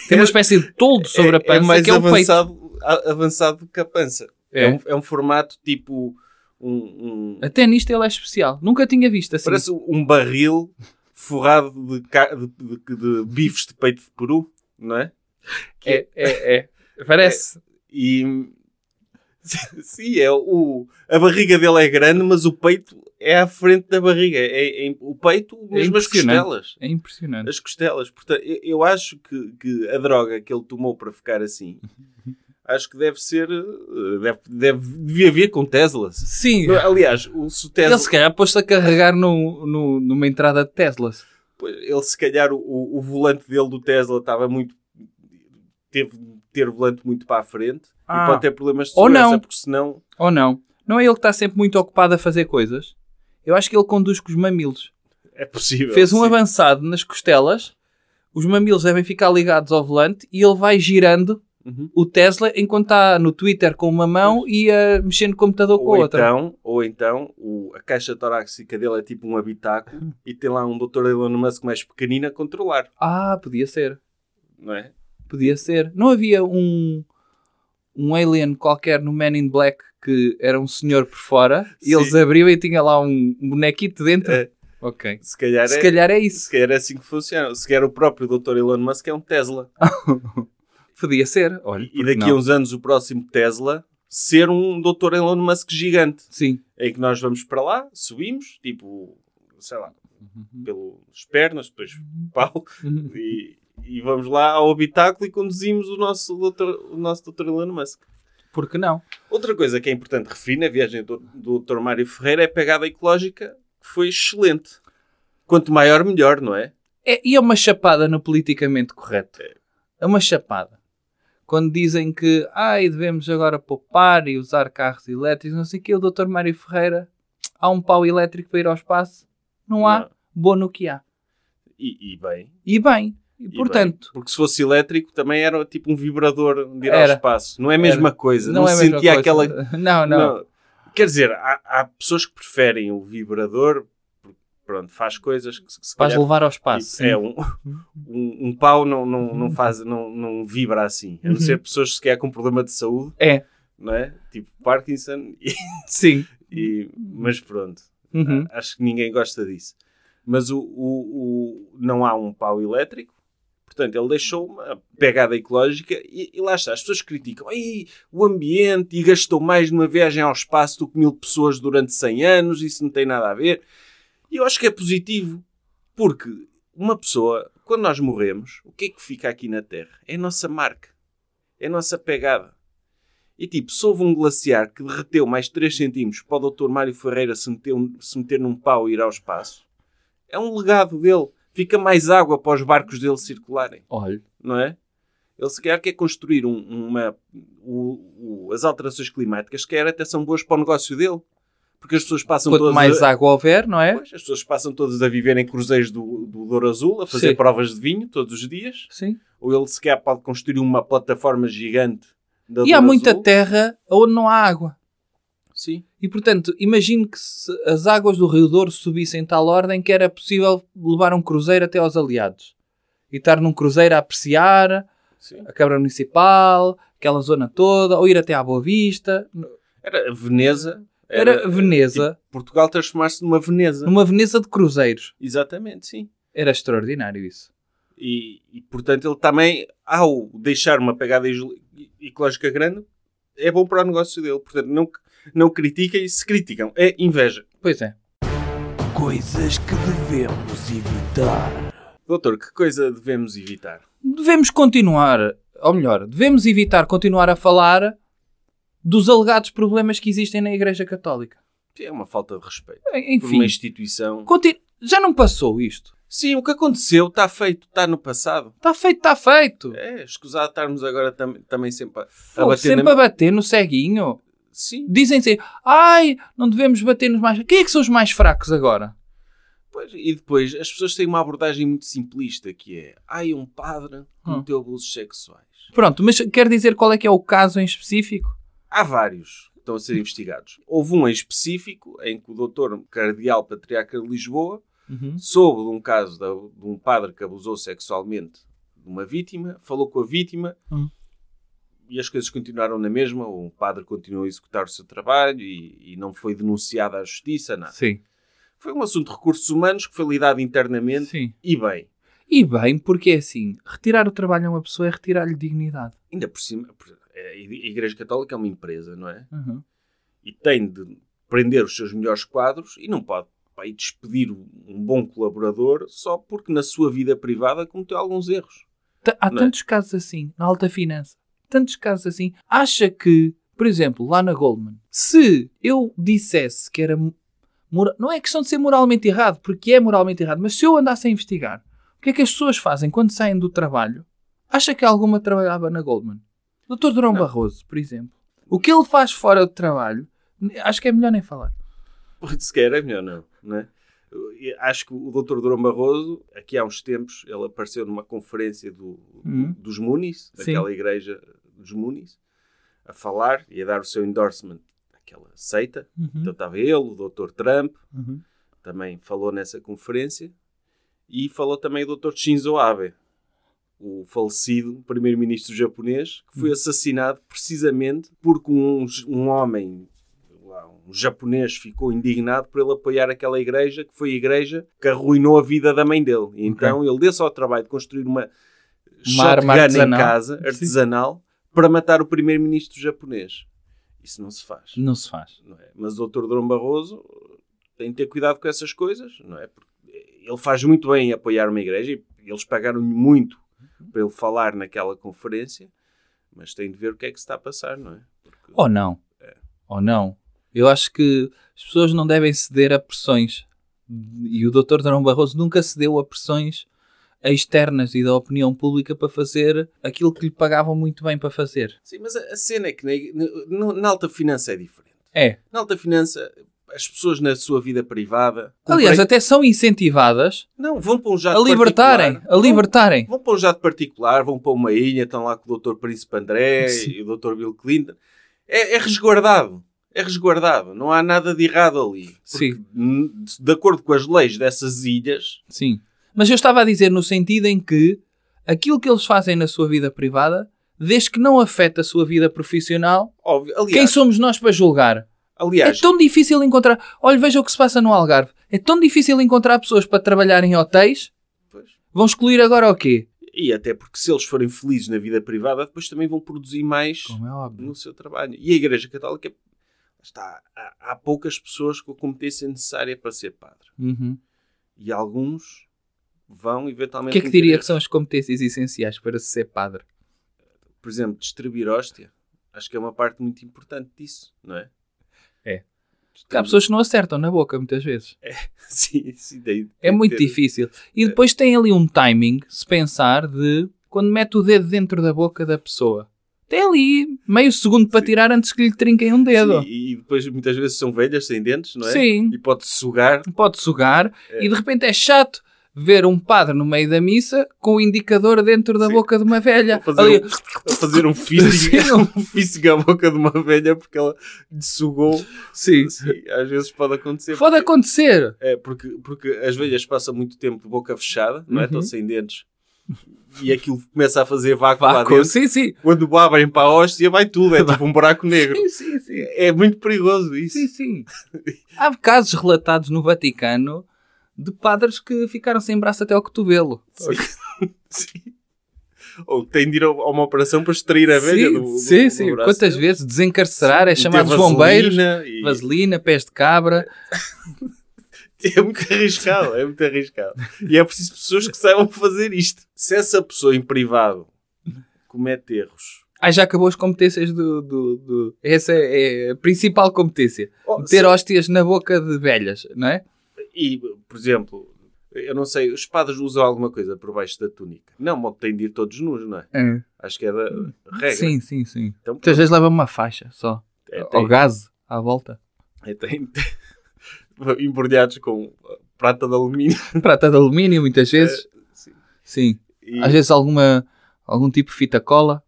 Speaker 3: Tem uma espécie de toldo
Speaker 2: é,
Speaker 3: sobre a pança
Speaker 2: é mais
Speaker 3: que é o peito.
Speaker 2: avançado, a- avançado que a pança. É, um, é um formato tipo um, um-
Speaker 3: Até nisto ele é especial. Nunca tinha visto assim.
Speaker 2: parece um barril forrado de, ca- de- de- de bifes de peito de peru, não é?
Speaker 3: É, é, é. Parece.
Speaker 2: E <laughs> sim, é o, a barriga dele é grande, mas o peito é à frente da barriga. É, é- o peito, mesmo as
Speaker 3: impressionante.
Speaker 2: costelas.
Speaker 3: É, impressionante.
Speaker 2: As costelas. Portanto, eu, eu acho que, que a droga que ele tomou para ficar assim,
Speaker 3: <laughs>
Speaker 2: acho que deve ser. eh, Deve, deve, devia vir com Teslas.
Speaker 3: Sim.
Speaker 2: Aliás, o, se o é Tesla.
Speaker 3: Ele se calhar pôs-se a carregar no, no- numa entrada de Teslas.
Speaker 2: Pois, Ele, se calhar, o- o, o volante dele do Tesla estava muito. teve de ter o volante muito para a frente
Speaker 3: Ah.
Speaker 2: e pode ter problemas de
Speaker 3: Ou
Speaker 2: segurança,
Speaker 3: não.
Speaker 2: porque senão.
Speaker 3: Ou não? Não é ele que está sempre muito ocupado a fazer coisas? Eu acho que ele conduz com os mamilos.
Speaker 2: É possível.
Speaker 3: Fez um
Speaker 2: sim.
Speaker 3: avançado nas costelas, os mamilos devem ficar ligados ao volante e ele vai girando
Speaker 2: Uhum.
Speaker 3: o Tesla enquanto está no Twitter com uma mão e a mexer no computador com a
Speaker 2: Ou
Speaker 3: outra.
Speaker 2: então, ou então o- a caixa torácica dele é tipo um
Speaker 3: Uhum.
Speaker 2: habitáculo e tem lá um Dr. Elon Musk mais pequenino a controlar,
Speaker 3: Ah, podia ser.
Speaker 2: não é?
Speaker 3: Podia ser. Não havia um, um alien qualquer no Man in Black que era um senhor por fora e
Speaker 2: Sim.
Speaker 3: eles abriam e tinha lá um bonequito dentro?
Speaker 2: É.
Speaker 3: Ok.
Speaker 2: Se calhar,
Speaker 3: Se
Speaker 2: é,
Speaker 3: calhar é isso.
Speaker 2: se calhar é assim que funciona. Se calhar o próprio Dr. Elon Musk é um Tesla.
Speaker 3: Podia ser. Olha,
Speaker 2: e
Speaker 3: porque
Speaker 2: daqui a um-
Speaker 3: não?
Speaker 2: uns anos o próximo Tesla ser um Dr. Elon Musk gigante.
Speaker 3: Sim.
Speaker 2: Em que nós vamos para lá, subimos, tipo, sei lá,
Speaker 3: Uhum.
Speaker 2: pelas pernas, depois pau, e, e vamos lá ao habitáculo e conduzimos o nosso Dr. O nosso Dr. Elon Musk.
Speaker 3: Porque não?
Speaker 2: Outra coisa que é importante referir na viagem do, do Dr. Mário Ferreira é a pegada ecológica, que foi excelente. Quanto maior, melhor, não é?
Speaker 3: É, e é uma chapada no politicamente correto. É uma chapada. Quando dizem que ai, devemos agora poupar e usar carros elétricos, não sei o quê, o Dr. Mário Ferreira, há um pau elétrico para ir ao espaço? Não há. Bom no que há.
Speaker 2: E, e bem.
Speaker 3: E bem. E,
Speaker 2: e
Speaker 3: portanto,
Speaker 2: bem. Porque se fosse elétrico também era tipo um vibrador de ir ao
Speaker 3: Era.
Speaker 2: espaço. Não é a mesma
Speaker 3: Era.
Speaker 2: coisa. Não,
Speaker 3: não é a mesma
Speaker 2: sentia
Speaker 3: coisa.
Speaker 2: aquela.
Speaker 3: <laughs> Não, não.
Speaker 2: Quer dizer, há, há pessoas que preferem o vibrador, porque, pronto, faz coisas que se, que se
Speaker 3: Vais
Speaker 2: calhar,
Speaker 3: levar ao espaço.
Speaker 2: tipo, é um, um, um pau não, não, não, faz, não, não vibra assim. A não
Speaker 3: Uhum.
Speaker 2: ser pessoas que é com problema de saúde,
Speaker 3: É.
Speaker 2: não é? Tipo Parkinson e-
Speaker 3: Sim.
Speaker 2: E- mas pronto,
Speaker 3: Uhum.
Speaker 2: a- Ah, acho que ninguém gosta disso. Mas o, o- o- não há um pau elétrico, portanto, ele deixou uma pegada ecológica e, e lá está. As pessoas criticam Ai, o ambiente e gastou mais numa viagem ao espaço do que mil pessoas durante 100 anos, isso não tem nada a ver. E eu acho que é positivo, porque uma pessoa, quando nós morremos, o que é que fica aqui na Terra? É a nossa marca, é a nossa pegada. E tipo, se houve um glaciar que derreteu mais 3 centímetros para o Dr. Mário Ferreira se meter, um, se meter num pau e ir ao espaço, é um legado dele. Fica mais água para os barcos dele circularem,
Speaker 3: Olha.
Speaker 2: não é? Ele se calhar quer construir um- uma. o- o- as alterações climáticas, se calhar até são boas para o negócio dele. Porque as pessoas passam
Speaker 3: Quanto
Speaker 2: todas.
Speaker 3: mais
Speaker 2: a,
Speaker 3: água houver, não é?
Speaker 2: Pois, as pessoas passam todas a viver em cruzeiros do, do Douro Azul, a fazer
Speaker 3: Sim.
Speaker 2: provas de vinho todos os dias.
Speaker 3: Sim.
Speaker 2: Ou ele sequer pode construir uma plataforma gigante da
Speaker 3: E há
Speaker 2: Douro
Speaker 3: muita
Speaker 2: Azul.
Speaker 3: terra onde não há água.
Speaker 2: Sim.
Speaker 3: E portanto, imagino que se as águas do Rio Douro subissem em tal ordem que era possível levar um cruzeiro até aos aliados. E estar num cruzeiro a apreciar
Speaker 2: Sim.
Speaker 3: a Câmara Municipal, aquela zona toda, ou ir até à Boa Vista.
Speaker 2: Era Veneza.
Speaker 3: Era, Veneza,
Speaker 2: tipo, Portugal transformar-se numa Veneza.
Speaker 3: numa Veneza de cruzeiros.
Speaker 2: Exatamente, sim.
Speaker 3: Era extraordinário isso.
Speaker 2: E, e, portanto ele também, ao deixar uma pegada isol- ecológica grande, é bom para o negócio dele. Portanto, não, não critiquem, se criticam. É inveja.
Speaker 3: Pois é.
Speaker 1: Coisas que devemos evitar.
Speaker 2: Doutor, que coisa devemos evitar?
Speaker 3: Devemos continuar, ou melhor, devemos evitar continuar a falar dos alegados problemas que existem na Igreja Católica.
Speaker 2: É uma falta de respeito. Por
Speaker 3: Enfim,
Speaker 2: uma instituição.
Speaker 3: conti- já não passou isto.
Speaker 2: Sim, o que aconteceu está feito, está no passado.
Speaker 3: Está feito, está feito.
Speaker 2: É, escusado estarmos agora tam- também sempre a, a
Speaker 3: Pô,
Speaker 2: bater
Speaker 3: sempre
Speaker 2: na...
Speaker 3: a bater no ceguinho.
Speaker 2: Sim,
Speaker 3: Dizem sempre, ai, não devemos bater nos mais... Quem é que são os mais fracos agora?
Speaker 2: Pois, e depois as pessoas têm uma abordagem muito simplista que é ai um padre cometeu
Speaker 3: Hum.
Speaker 2: abusos sexuais.
Speaker 3: Pronto, mas quer dizer qual é que é o caso em específico?
Speaker 2: Há vários que estão a ser investigados. Houve um em específico em que o doutor cardeal patriarca de Lisboa
Speaker 3: Uhum.
Speaker 2: soube de um caso da- de um padre que abusou sexualmente de uma vítima, falou com a vítima
Speaker 3: Hum.
Speaker 2: e as coisas continuaram na mesma. O padre continuou a executar o seu trabalho e, e não foi denunciado à justiça, nada.
Speaker 3: Sim.
Speaker 2: Foi um assunto de recursos humanos que foi lidado internamente
Speaker 3: Sim.
Speaker 2: e bem.
Speaker 3: E bem, porque é assim, retirar o trabalho a uma pessoa é retirar-lhe dignidade.
Speaker 2: ainda por cima, por- a Ig- a Igreja Católica é uma empresa, não é?
Speaker 3: Uhum.
Speaker 2: E tem de prender os seus melhores quadros e não pode pá, ir despedir um um bom colaborador só porque na sua vida privada cometeu alguns erros. <laughs>
Speaker 3: Ta- Há
Speaker 2: Não é?
Speaker 3: tantos casos assim, na alta finança. Tantos casos assim. Acha que, por exemplo, lá na Goldman, se eu dissesse que era m- mora- não é questão de ser moralmente errado, porque é moralmente errado, mas se eu andasse a investigar o que é que as pessoas fazem quando saem do trabalho, acha que alguma trabalhava na Goldman? Dr. Durão Barroso, por exemplo. O que ele faz fora do trabalho, acho que é melhor nem falar.
Speaker 2: Sequer é melhor não, não é? Eu Acho que o Dr. Durão Barroso, aqui há uns tempos, ele apareceu numa conferência do,
Speaker 3: Hum.
Speaker 2: dos Munis,
Speaker 3: Sim.
Speaker 2: daquela igreja dos Munis, a falar e a dar o seu endorsement àquela seita.
Speaker 3: Hum.
Speaker 2: Então estava ele, o Dr. Trump,
Speaker 3: Uhum.
Speaker 2: também falou nessa conferência e falou também o Dr. Shinzo Abe, o falecido primeiro-ministro japonês, que
Speaker 3: Hum.
Speaker 2: foi assassinado precisamente porque um, um homem, lá, um japonês, ficou indignado por ele apoiar aquela igreja, que foi a igreja que arruinou a vida da mãe dele. E então ele deu-se ao trabalho de construir uma,
Speaker 3: arma
Speaker 2: shotgun em
Speaker 3: artesanal.
Speaker 2: casa,
Speaker 3: Sim.
Speaker 2: artesanal, para matar o primeiro-ministro japonês. Isso não se faz
Speaker 3: Não se faz.
Speaker 2: não é? Mas o Dr. Durão Barroso tem de ter cuidado com essas coisas, não é? Porque ele faz muito bem em apoiar uma igreja e eles pagaram-lhe muito para ele falar naquela conferência, mas tem de ver o que é que se está a passar, não é? Porque
Speaker 3: Ou Oh, não. Ou não. Eu acho que as pessoas não devem ceder a pressões. E o Dr. Durão Barroso nunca cedeu a pressões externas e da opinião pública para fazer aquilo que lhe pagavam muito bem para fazer.
Speaker 2: Sim, mas a a cena é que na, ig- na- na alta finança é diferente.
Speaker 3: É.
Speaker 2: Na alta finança, as pessoas na sua vida privada...
Speaker 3: Aliás,
Speaker 2: comprei-
Speaker 3: até são incentivadas
Speaker 2: Não, vão para um
Speaker 3: a
Speaker 2: jato
Speaker 3: libertarem,
Speaker 2: particular.
Speaker 3: a libertarem.
Speaker 2: Vão para um jato particular, vão para uma ilha, estão lá com o Dr. Príncipe André
Speaker 3: <laughs> Sim.
Speaker 2: e o Dr. Bill Clinton. É, é resguardado. É resguardado. Não há nada de errado ali. Porque,
Speaker 3: Sim.
Speaker 2: n- De acordo com as leis dessas ilhas,
Speaker 3: Sim. Mas eu estava a dizer no sentido em que aquilo que eles fazem na sua vida privada, desde que não afeta a sua vida profissional,
Speaker 2: óbvio.
Speaker 3: quem
Speaker 2: Aliás,
Speaker 3: somos nós para julgar?
Speaker 2: aliás
Speaker 3: É tão difícil encontrar. Olha, veja o que se passa no Algarve. É tão difícil encontrar pessoas para trabalhar em hotéis.
Speaker 2: Pois.
Speaker 3: Vão excluir agora o quê?
Speaker 2: e até porque se eles forem felizes na vida privada, depois também vão produzir mais
Speaker 3: é óbvio.
Speaker 2: no seu trabalho. E a Igreja Católica está. Há, há poucas pessoas com a competência necessária para ser padre. E alguns vão
Speaker 3: Uhum. O
Speaker 2: eventualmente.
Speaker 3: que é que
Speaker 2: cometer
Speaker 3: diria que
Speaker 2: erros.
Speaker 3: são as competências essenciais para se ser padre?
Speaker 2: por exemplo, distribuir hóstia, acho que é uma parte muito importante disso, não é?
Speaker 3: É. Porque há
Speaker 2: Distribuir-
Speaker 3: pessoas que não acertam na boca muitas vezes.
Speaker 2: <laughs> É, sim, sim, daí
Speaker 3: É
Speaker 2: tem
Speaker 3: muito
Speaker 2: que ter-
Speaker 3: difícil.
Speaker 2: É.
Speaker 3: E depois tem ali um timing, se pensar, de quando mete o dedo dentro da boca da pessoa. Tem ali meio segundo para
Speaker 2: Sim.
Speaker 3: tirar antes que lhe trinquem um dedo.
Speaker 2: Sim, e depois muitas vezes são velhas sem dentes, não é?
Speaker 3: Sim.
Speaker 2: E pode
Speaker 3: <laughs>
Speaker 2: sugar.
Speaker 3: pode sugar
Speaker 2: É.
Speaker 3: e de repente é chato ver um padre no meio da missa com o indicador dentro da
Speaker 2: Sim.
Speaker 3: boca de uma velha.
Speaker 2: A fazer,
Speaker 3: Ali,
Speaker 2: um, a fazer um físico
Speaker 3: Sim, um-
Speaker 2: <laughs> um fisting à boca de uma velha porque ela lhe sugou.
Speaker 3: sim.
Speaker 2: Sim, às vezes pode acontecer.
Speaker 3: Pode
Speaker 2: porque,
Speaker 3: acontecer.
Speaker 2: é, porque, porque as velhas passam muito tempo de boca fechada, não é?
Speaker 3: Uhum.
Speaker 2: Estão sem dentes. E aquilo começa a fazer vácuo, lá
Speaker 3: Vácuo.
Speaker 2: dentro.
Speaker 3: Sim, sim.
Speaker 2: Quando abrem para a hóstia, vai tudo.
Speaker 3: <laughs>
Speaker 2: É tipo um buraco negro.
Speaker 3: Sim, sim, sim.
Speaker 2: É muito perigoso isso.
Speaker 3: Sim, sim. Há casos relatados no Vaticano de padres que ficaram sem braço até ao cotovelo.
Speaker 2: Sim. Ou tem de ir a a uma operação para extrair a velha
Speaker 3: sim,
Speaker 2: do, do,
Speaker 3: sim,
Speaker 2: do
Speaker 3: sim.
Speaker 2: braço
Speaker 3: Quantas
Speaker 2: dele.
Speaker 3: vezes desencarcerar é
Speaker 2: Meter
Speaker 3: chamado os
Speaker 2: vaselina
Speaker 3: bombeiros,
Speaker 2: e-
Speaker 3: vaselina, pés de cabra.
Speaker 2: <laughs> É muito arriscado, é muito arriscado. E é preciso pessoas que saibam fazer isto. Se essa pessoa em privado comete erros,
Speaker 3: Ah, já acabou as competências do. do, do- Essa é a principal competência.
Speaker 2: Oh,
Speaker 3: ter
Speaker 2: se-
Speaker 3: hóstias na boca de velhas, não é?
Speaker 2: e, por exemplo, eu não sei, os padres usam alguma coisa por baixo da túnica. Não, bom, têm de ir todos nus, não é? Acho que é da regra.
Speaker 3: Sim, sim, sim.
Speaker 2: Então,
Speaker 3: Muitas vezes leva uma faixa só,
Speaker 2: é, tem-
Speaker 3: ao gaze, à volta. <laughs>
Speaker 2: é, tem- <laughs> embrulhados com prata de alumínio.
Speaker 3: Prata de alumínio, muitas vezes.
Speaker 2: É, sim.
Speaker 3: Sim.
Speaker 2: E-
Speaker 3: Às vezes alguma, algum tipo de fita cola,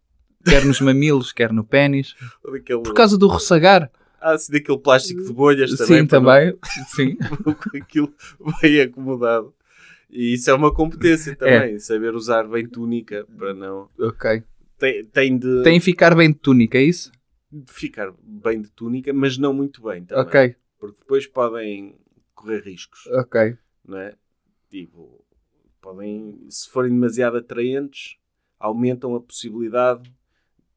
Speaker 3: quer nos mamilos, <laughs> quer no pênis.
Speaker 2: daquele,
Speaker 3: Por causa do rossagar.
Speaker 2: ah, sim, daquele plástico de bolhas também.
Speaker 3: Sim,
Speaker 2: para não-
Speaker 3: também. <laughs> Sim.
Speaker 2: <laughs> porque aquilo bem acomodado. E isso é uma competência também, saber usar bem túnica para não.
Speaker 3: ok.
Speaker 2: Tem, tem de
Speaker 3: Tem que ficar bem de túnica, é isso?
Speaker 2: de ficar bem de túnica, mas não muito bem também.
Speaker 3: Ok,
Speaker 2: Porque depois podem correr riscos,
Speaker 3: ok.
Speaker 2: não é? Tipo, podem, se forem demasiado atraentes, aumentam a possibilidade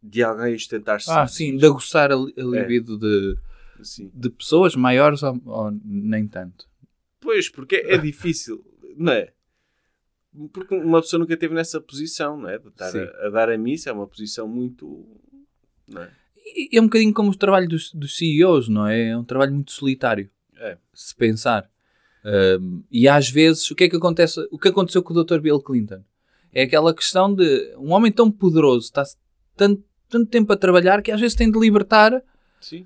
Speaker 2: de alguém os tentar
Speaker 3: Ah, sim, de aguçar a, li-
Speaker 2: É.
Speaker 3: a libido de,
Speaker 2: Sim.
Speaker 3: de pessoas maiores ou- ou nem tanto.
Speaker 2: Pois, porque é difícil, não é? Porque uma pessoa nunca esteve nessa posição, não é? De estar
Speaker 3: Sim.
Speaker 2: a, a dar a missa é uma posição muito. Não é?
Speaker 3: E é um bocadinho como o trabalho dos, dos CEOs, não é? É um trabalho muito solitário.
Speaker 2: É.
Speaker 3: Se pensar. Um, e às vezes, o que é que acontece? O que aconteceu com o Dr. Bill Clinton? É aquela questão de um homem tão poderoso, está tanto, tanto tempo a trabalhar que às vezes tem de libertar
Speaker 2: Sim.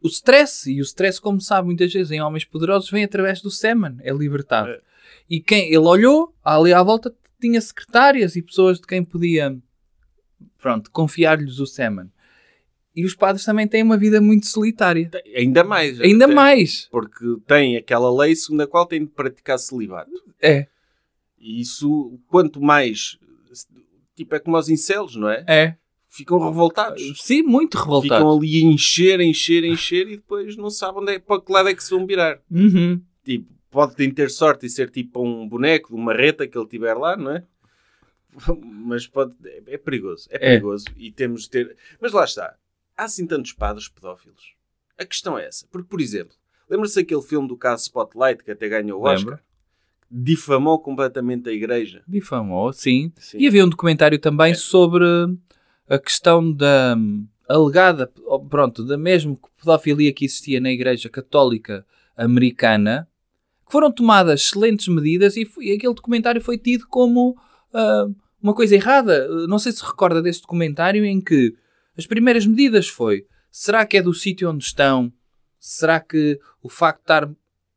Speaker 3: o stress. E o stress, como sabe, muitas vezes em homens poderosos vem através do semen, é libertado.
Speaker 2: É.
Speaker 3: E quem ele olhou, ali à volta tinha secretárias e pessoas de quem podia, pronto, confiar-lhes o semen. E os padres também têm uma vida muito solitária.
Speaker 2: Ainda mais.
Speaker 3: Ainda
Speaker 2: até.
Speaker 3: mais.
Speaker 2: Porque tem aquela lei segundo a qual tem de praticar celibato.
Speaker 3: É,
Speaker 2: E isso, quanto mais. Tipo, é como aos incelos, não é?
Speaker 3: é.
Speaker 2: Ficam revoltados.
Speaker 3: Sim, muito revoltado.
Speaker 2: Ficam ali a encher, a encher, a encher e depois não sabem onde é, para que lado é que se vão virar.
Speaker 3: Uhum.
Speaker 2: tipo, podem ter sorte e ser tipo um boneco, uma reta que ele tiver lá, não é? Mas pode, é, é perigoso, é perigoso e temos de ter. Mas lá está, há assim tantos padres pedófilos. A questão é essa, porque, por exemplo, lembra-se aquele filme do caso Spotlight que até ganhou o
Speaker 3: Lembro.
Speaker 2: Oscar? Difamou completamente a igreja.
Speaker 3: Difamou, oh, sim.
Speaker 2: Sim.
Speaker 3: E havia um documentário também
Speaker 2: É.
Speaker 3: sobre a questão da hum, alegada, oh, pronto, da mesmo pedofilia que existia na Igreja Católica Americana, que foram tomadas excelentes medidas e, foi- e aquele documentário foi tido como ah, uma coisa errada. Não sei se recorda desse documentário em que as primeiras medidas foi será que é do sítio onde estão? Será que o facto de estar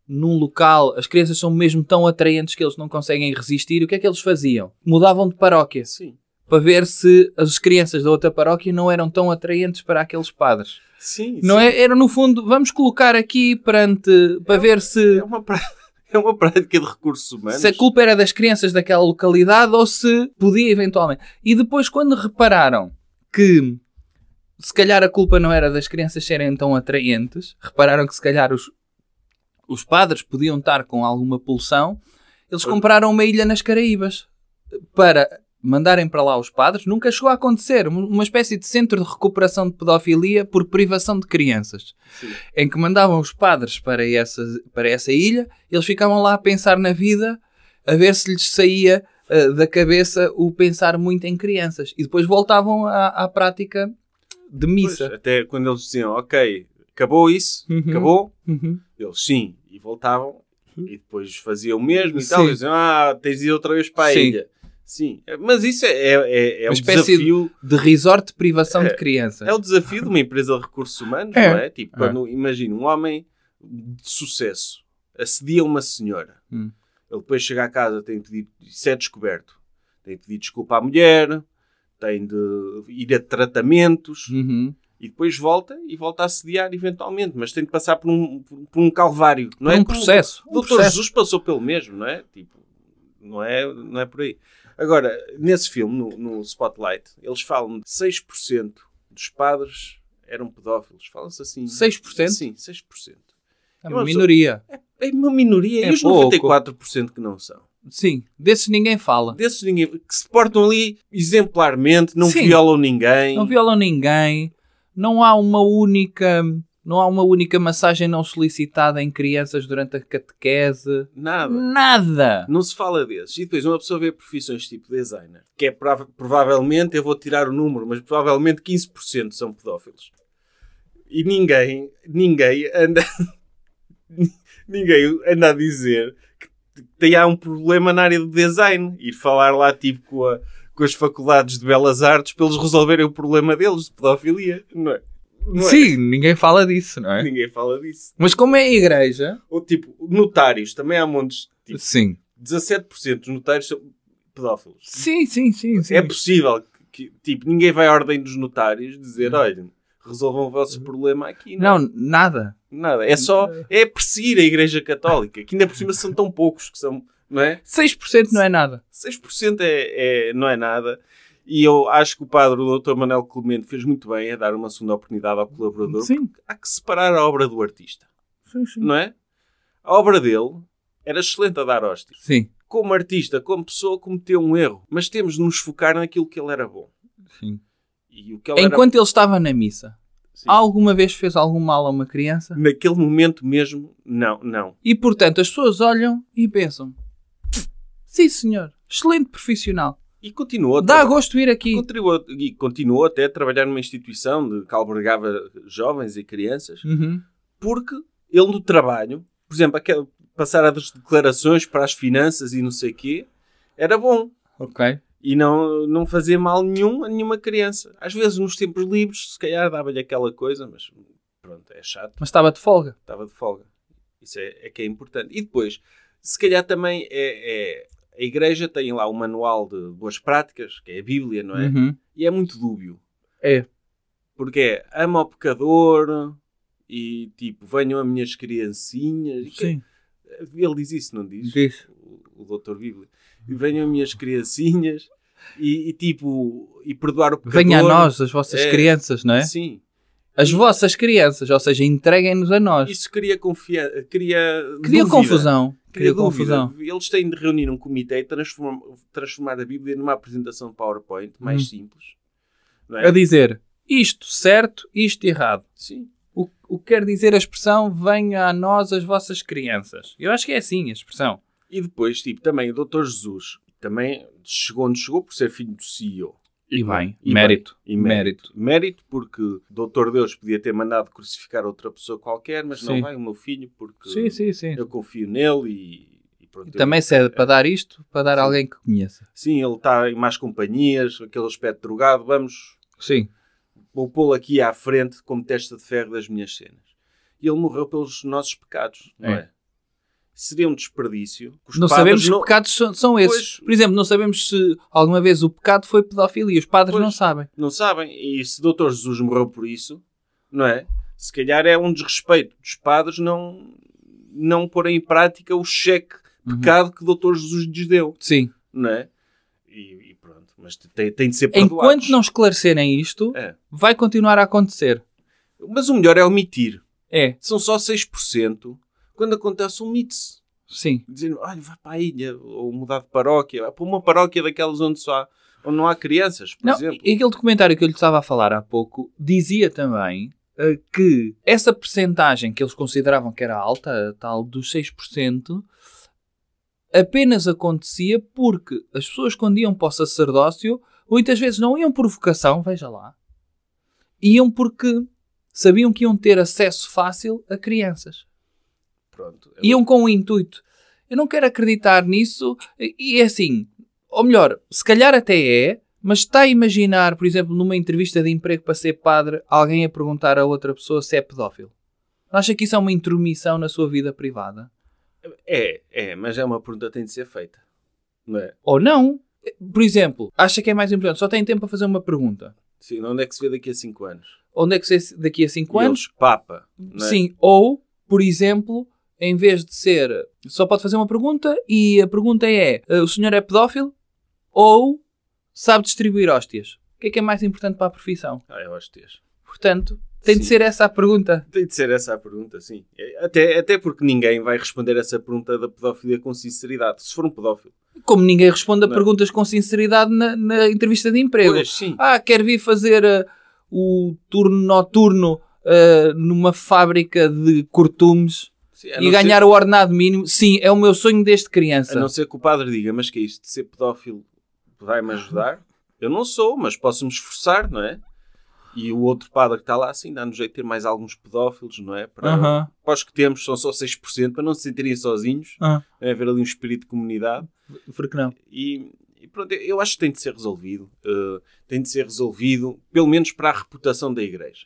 Speaker 3: num local, as crianças são mesmo tão atraentes que eles não conseguem resistir? O que é que eles faziam? Mudavam de paróquia
Speaker 2: Sim,
Speaker 3: para ver se as crianças da outra paróquia não eram tão atraentes para aqueles padres.
Speaker 2: sim,
Speaker 3: Não é? Era no fundo, vamos colocar aqui perante para ver se,
Speaker 2: é uma, prática, <laughs> é uma prática de recursos humanos.
Speaker 3: se a culpa era das crianças daquela localidade ou se podia eventualmente. E depois, quando repararam que se calhar a culpa não era das crianças serem tão atraentes, repararam que se calhar os, os padres podiam estar com alguma pulsão, eles compraram uma ilha nas Caraíbas para mandarem para lá os padres. Nunca chegou a acontecer um- uma espécie de centro de recuperação de pedofilia por privação de crianças,
Speaker 2: Sim.
Speaker 3: em que mandavam os padres para essa, para essa ilha, eles ficavam lá a pensar na vida, a ver se lhes saía. ah, da cabeça o pensar muito em crianças e depois voltavam à, à prática de
Speaker 2: Pois,
Speaker 3: missa.
Speaker 2: até quando eles diziam, ok, acabou isso,
Speaker 3: Uhum.
Speaker 2: acabou,
Speaker 3: Uhum.
Speaker 2: Eles sim, e voltavam e depois faziam o mesmo e
Speaker 3: Sim.
Speaker 2: tal. E diziam, ah, tens de ir outra vez para a
Speaker 3: Sim.
Speaker 2: ilha. Sim, mas isso é, é, é, é
Speaker 3: Uma
Speaker 2: um
Speaker 3: espécie
Speaker 2: desafio.
Speaker 3: De resort de privação de crianças.
Speaker 2: É o desafio de uma empresa de recursos humanos,
Speaker 3: É.
Speaker 2: não é? Tipo,
Speaker 3: É.
Speaker 2: quando- imagina um homem de sucesso assedia uma senhora.
Speaker 3: Hum.
Speaker 2: Ele depois chega à casa, tem de pedir, isso é descoberto. Tem de pedir desculpa à mulher, tem de ir a tratamentos
Speaker 3: Uhum.
Speaker 2: e depois volta e volta a assediar eventualmente, mas tem de passar por um, por, por um calvário. Não é
Speaker 3: um
Speaker 2: Como-
Speaker 3: processo.
Speaker 2: O Doutor Jesus passou pelo mesmo, não é? Tipo, não é, não é por aí. Agora, nesse filme, no, no Spotlight, eles falam de 6% dos padres eram pedófilos. Falam-se assim.
Speaker 3: 6%?
Speaker 2: Sim, 6%.
Speaker 3: É
Speaker 2: Eu
Speaker 3: uma
Speaker 2: sou-
Speaker 3: minoria.
Speaker 2: É uma minoria.
Speaker 3: É
Speaker 2: e os
Speaker 3: pouco.
Speaker 2: 94% que não são?
Speaker 3: Sim. Desses ninguém fala.
Speaker 2: Desses ninguém, que se portam ali exemplarmente, não
Speaker 3: Sim.
Speaker 2: violam ninguém.
Speaker 3: Não violam ninguém. Não há uma única... Não há uma única massagem não solicitada em crianças durante a catequese.
Speaker 2: Nada.
Speaker 3: Nada.
Speaker 2: Não se fala desses. E depois uma pessoa vê profissões tipo designer, que é prova- provavelmente, eu vou tirar o número, mas provavelmente 15% são pedófilos. E ninguém, ninguém anda, <laughs> ninguém anda a dizer que tem, há um problema na área do design. Ir falar lá tipo com, a- com as faculdades de belas artes para eles resolverem o problema deles de pedofilia. Não é? Não é?
Speaker 3: Sim, ninguém fala disso, não é?
Speaker 2: Ninguém fala disso.
Speaker 3: Mas como é a igreja...
Speaker 2: Ou tipo, notários, também há montes. Tipo,
Speaker 3: Sim.
Speaker 2: 17% dos notários são pedófilos.
Speaker 3: Sim, sim, sim. sim.
Speaker 2: É possível que, que, tipo, ninguém vai à ordem dos notários dizer, olha, resolvam o vosso problema aqui. Não,
Speaker 3: Uhum. Não, nada.
Speaker 2: nada. É só, é perseguir a Igreja Católica, que ainda por cima são tão poucos que são, não é?
Speaker 3: 6% não é nada.
Speaker 2: 6% é, é, não é nada. E eu acho que o padre, o Dr. Manuel Clemente, fez muito bem a dar uma segunda oportunidade ao colaborador.
Speaker 3: Sim.
Speaker 2: Há que separar a obra do artista,
Speaker 3: Sim, sim.
Speaker 2: não é? A obra dele era excelente a dar hóstia.
Speaker 3: Sim.
Speaker 2: Como artista, como pessoa, cometeu um erro. Mas temos de nos focar naquilo que ele era bom.
Speaker 3: sim.
Speaker 2: E o que ele era
Speaker 3: Enquanto ele estava na missa,
Speaker 2: Sim.
Speaker 3: alguma vez fez algum mal a uma criança?
Speaker 2: Naquele momento mesmo, não, não.
Speaker 3: E portanto as pessoas olham e pensam: sim, senhor, excelente profissional,
Speaker 2: E continuou a
Speaker 3: dá
Speaker 2: traba-
Speaker 3: gosto vir aqui.
Speaker 2: contribuiu- e continuou até a trabalhar numa instituição de, que albergava jovens e crianças,
Speaker 3: Uhum.
Speaker 2: porque ele no trabalho, por exemplo, aquela- passar as declarações para as finanças e não sei o quê, era bom.
Speaker 3: Ok.
Speaker 2: E não, não fazia mal nenhum a nenhuma criança. Às vezes, nos tempos livres, se calhar dava-lhe aquela coisa, mas pronto, é chato.
Speaker 3: Mas estava de folga.
Speaker 2: estava de folga. Isso é, é que é importante. E depois, se calhar também é, é- a igreja tem lá um manual de boas práticas, que é a Bíblia, não é?
Speaker 3: Uhum.
Speaker 2: E é muito dúbio.
Speaker 3: É.
Speaker 2: Porque é ama o pecador e tipo, venham as minhas criancinhas.
Speaker 3: Sim.
Speaker 2: Ele diz isso, não diz?
Speaker 3: Diz.
Speaker 2: O, o doutor Bíblia. Venham as minhas criancinhas e, e, tipo, e perdoar o pecador.
Speaker 3: Venha a nós, as vossas
Speaker 2: É.
Speaker 3: crianças, não é?
Speaker 2: Sim.
Speaker 3: As
Speaker 2: E-
Speaker 3: vossas crianças, ou seja, entreguem-nos a nós.
Speaker 2: Isso cria confiança. Cria,
Speaker 3: Cria
Speaker 2: dúvida.
Speaker 3: confusão. Cria
Speaker 2: Cria dúvida.
Speaker 3: confusão.
Speaker 2: Eles têm de reunir um comitê e transform- transformar a Bíblia numa apresentação de PowerPoint mais
Speaker 3: Hum.
Speaker 2: simples. Não é?
Speaker 3: A dizer isto certo, isto errado.
Speaker 2: Sim.
Speaker 3: O, o que quer dizer a expressão venha a nós as vossas crianças. Eu acho que é assim a expressão.
Speaker 2: E depois, tipo, também o Dr. Jesus também chegou onde chegou por ser filho do CEO.
Speaker 3: E bem,
Speaker 2: E
Speaker 3: mérito.
Speaker 2: bem. E
Speaker 3: mérito.
Speaker 2: Mérito porque o Doutor Deus podia ter mandado crucificar outra pessoa qualquer, mas não
Speaker 3: Sim.
Speaker 2: vai o meu filho porque
Speaker 3: Sim, sim, sim.
Speaker 2: eu confio nele e, e pronto. eu-
Speaker 3: Também se é para dar isto, para dar a alguém que conheça.
Speaker 2: Sim, ele está em más companhias, aquele aspecto drogado, vamos
Speaker 3: Sim.
Speaker 2: Vou pô-lo aqui à frente como testa de ferro das minhas cenas. E ele morreu pelos nossos pecados, não é?
Speaker 3: É.
Speaker 2: Seria um desperdício. que os
Speaker 3: Não
Speaker 2: padres
Speaker 3: sabemos que pecados são, são esses.
Speaker 2: Pois.
Speaker 3: Por exemplo, não sabemos se alguma vez o pecado foi pedofilia. Os padres
Speaker 2: Pois.
Speaker 3: não sabem.
Speaker 2: Não sabem. E se o Dr. Jesus morreu por isso, não é? Se calhar é um desrespeito dos padres não, não pôr em prática o cheque
Speaker 3: Uhum.
Speaker 2: pecado que o Dr. Jesus lhes deu,
Speaker 3: Sim.
Speaker 2: não é? E, e pronto. Mas tem, tem de ser perdoados.
Speaker 3: Enquanto não esclarecerem isto,
Speaker 2: É.
Speaker 3: vai continuar a acontecer.
Speaker 2: Mas o melhor é omitir.
Speaker 3: É,
Speaker 2: São só 6%. Quando acontece, um omite-se.
Speaker 3: sim.
Speaker 2: dizendo, olha, vá para a ilha, ou mudar de paróquia, vá para uma paróquia daquelas onde, só há- onde não há crianças, por
Speaker 3: Não,
Speaker 2: exemplo.
Speaker 3: e aquele documentário que eu lhe estava a falar há pouco dizia também eh, que essa percentagem que eles consideravam que era alta, a tal dos 6%, apenas acontecia porque as pessoas quando iam para o sacerdócio, muitas vezes não iam por vocação, veja lá, iam porque sabiam que iam ter acesso fácil a crianças.
Speaker 2: Pronto. é
Speaker 3: iam com o intuito. Eu não quero acreditar nisso. E e é assim, ou melhor, se calhar até é, mas está a imaginar, por exemplo, numa entrevista de emprego para ser padre, alguém a perguntar a outra pessoa se é pedófilo. Não acha que isso é uma intromissão na sua vida privada?
Speaker 2: É, é, mas é uma pergunta que tem de ser feita. Não é?
Speaker 3: Ou não? Por exemplo, acha que é mais importante, só tem tempo para fazer uma pergunta.
Speaker 2: Sim, onde é que se vê daqui a 5 anos?
Speaker 3: Onde é que você daqui a 5
Speaker 2: E
Speaker 3: anos?
Speaker 2: eles, Papa. não é?
Speaker 3: Sim, ou, por exemplo, em vez de ser só pode fazer uma pergunta e a pergunta é: eh, o senhor é pedófilo ou sabe distribuir hóstias? O que é que é mais importante para a profissão?
Speaker 2: Ah, eu acho que tens.
Speaker 3: Portanto, tem de
Speaker 2: Sim.
Speaker 3: ser essa a pergunta.
Speaker 2: Tem de ser essa a pergunta, sim. É, Até, até porque ninguém vai responder essa pergunta da pedofilia com sinceridade, se for um pedófilo.
Speaker 3: Como ninguém responde a
Speaker 2: Não.
Speaker 3: perguntas com sinceridade na, na entrevista de emprego.
Speaker 2: Pois, sim.
Speaker 3: Ah, quer vir fazer eh, o turno noturno eh, numa fábrica de cortumes
Speaker 2: Sim, a
Speaker 3: e
Speaker 2: não
Speaker 3: ganhar
Speaker 2: ser-
Speaker 3: o ordenado mínimo? Sim, é o meu sonho desde criança.
Speaker 2: A não ser que o padre diga, mas que é isto de ser pedófilo vai-me ajudar? Eu não sou, mas posso-me esforçar, não é? E o outro padre que está lá, assim, dá-nos jeito de ter mais alguns pedófilos, não é? Para,
Speaker 3: Aham.
Speaker 2: para os que temos são só 6%, para não se sentirem sozinhos,
Speaker 3: Ah,
Speaker 2: é haver ali um espírito de comunidade.
Speaker 3: porque não?
Speaker 2: E, e pronto, eu acho que tem de ser resolvido. eh, tem de ser resolvido, pelo menos para a reputação da igreja.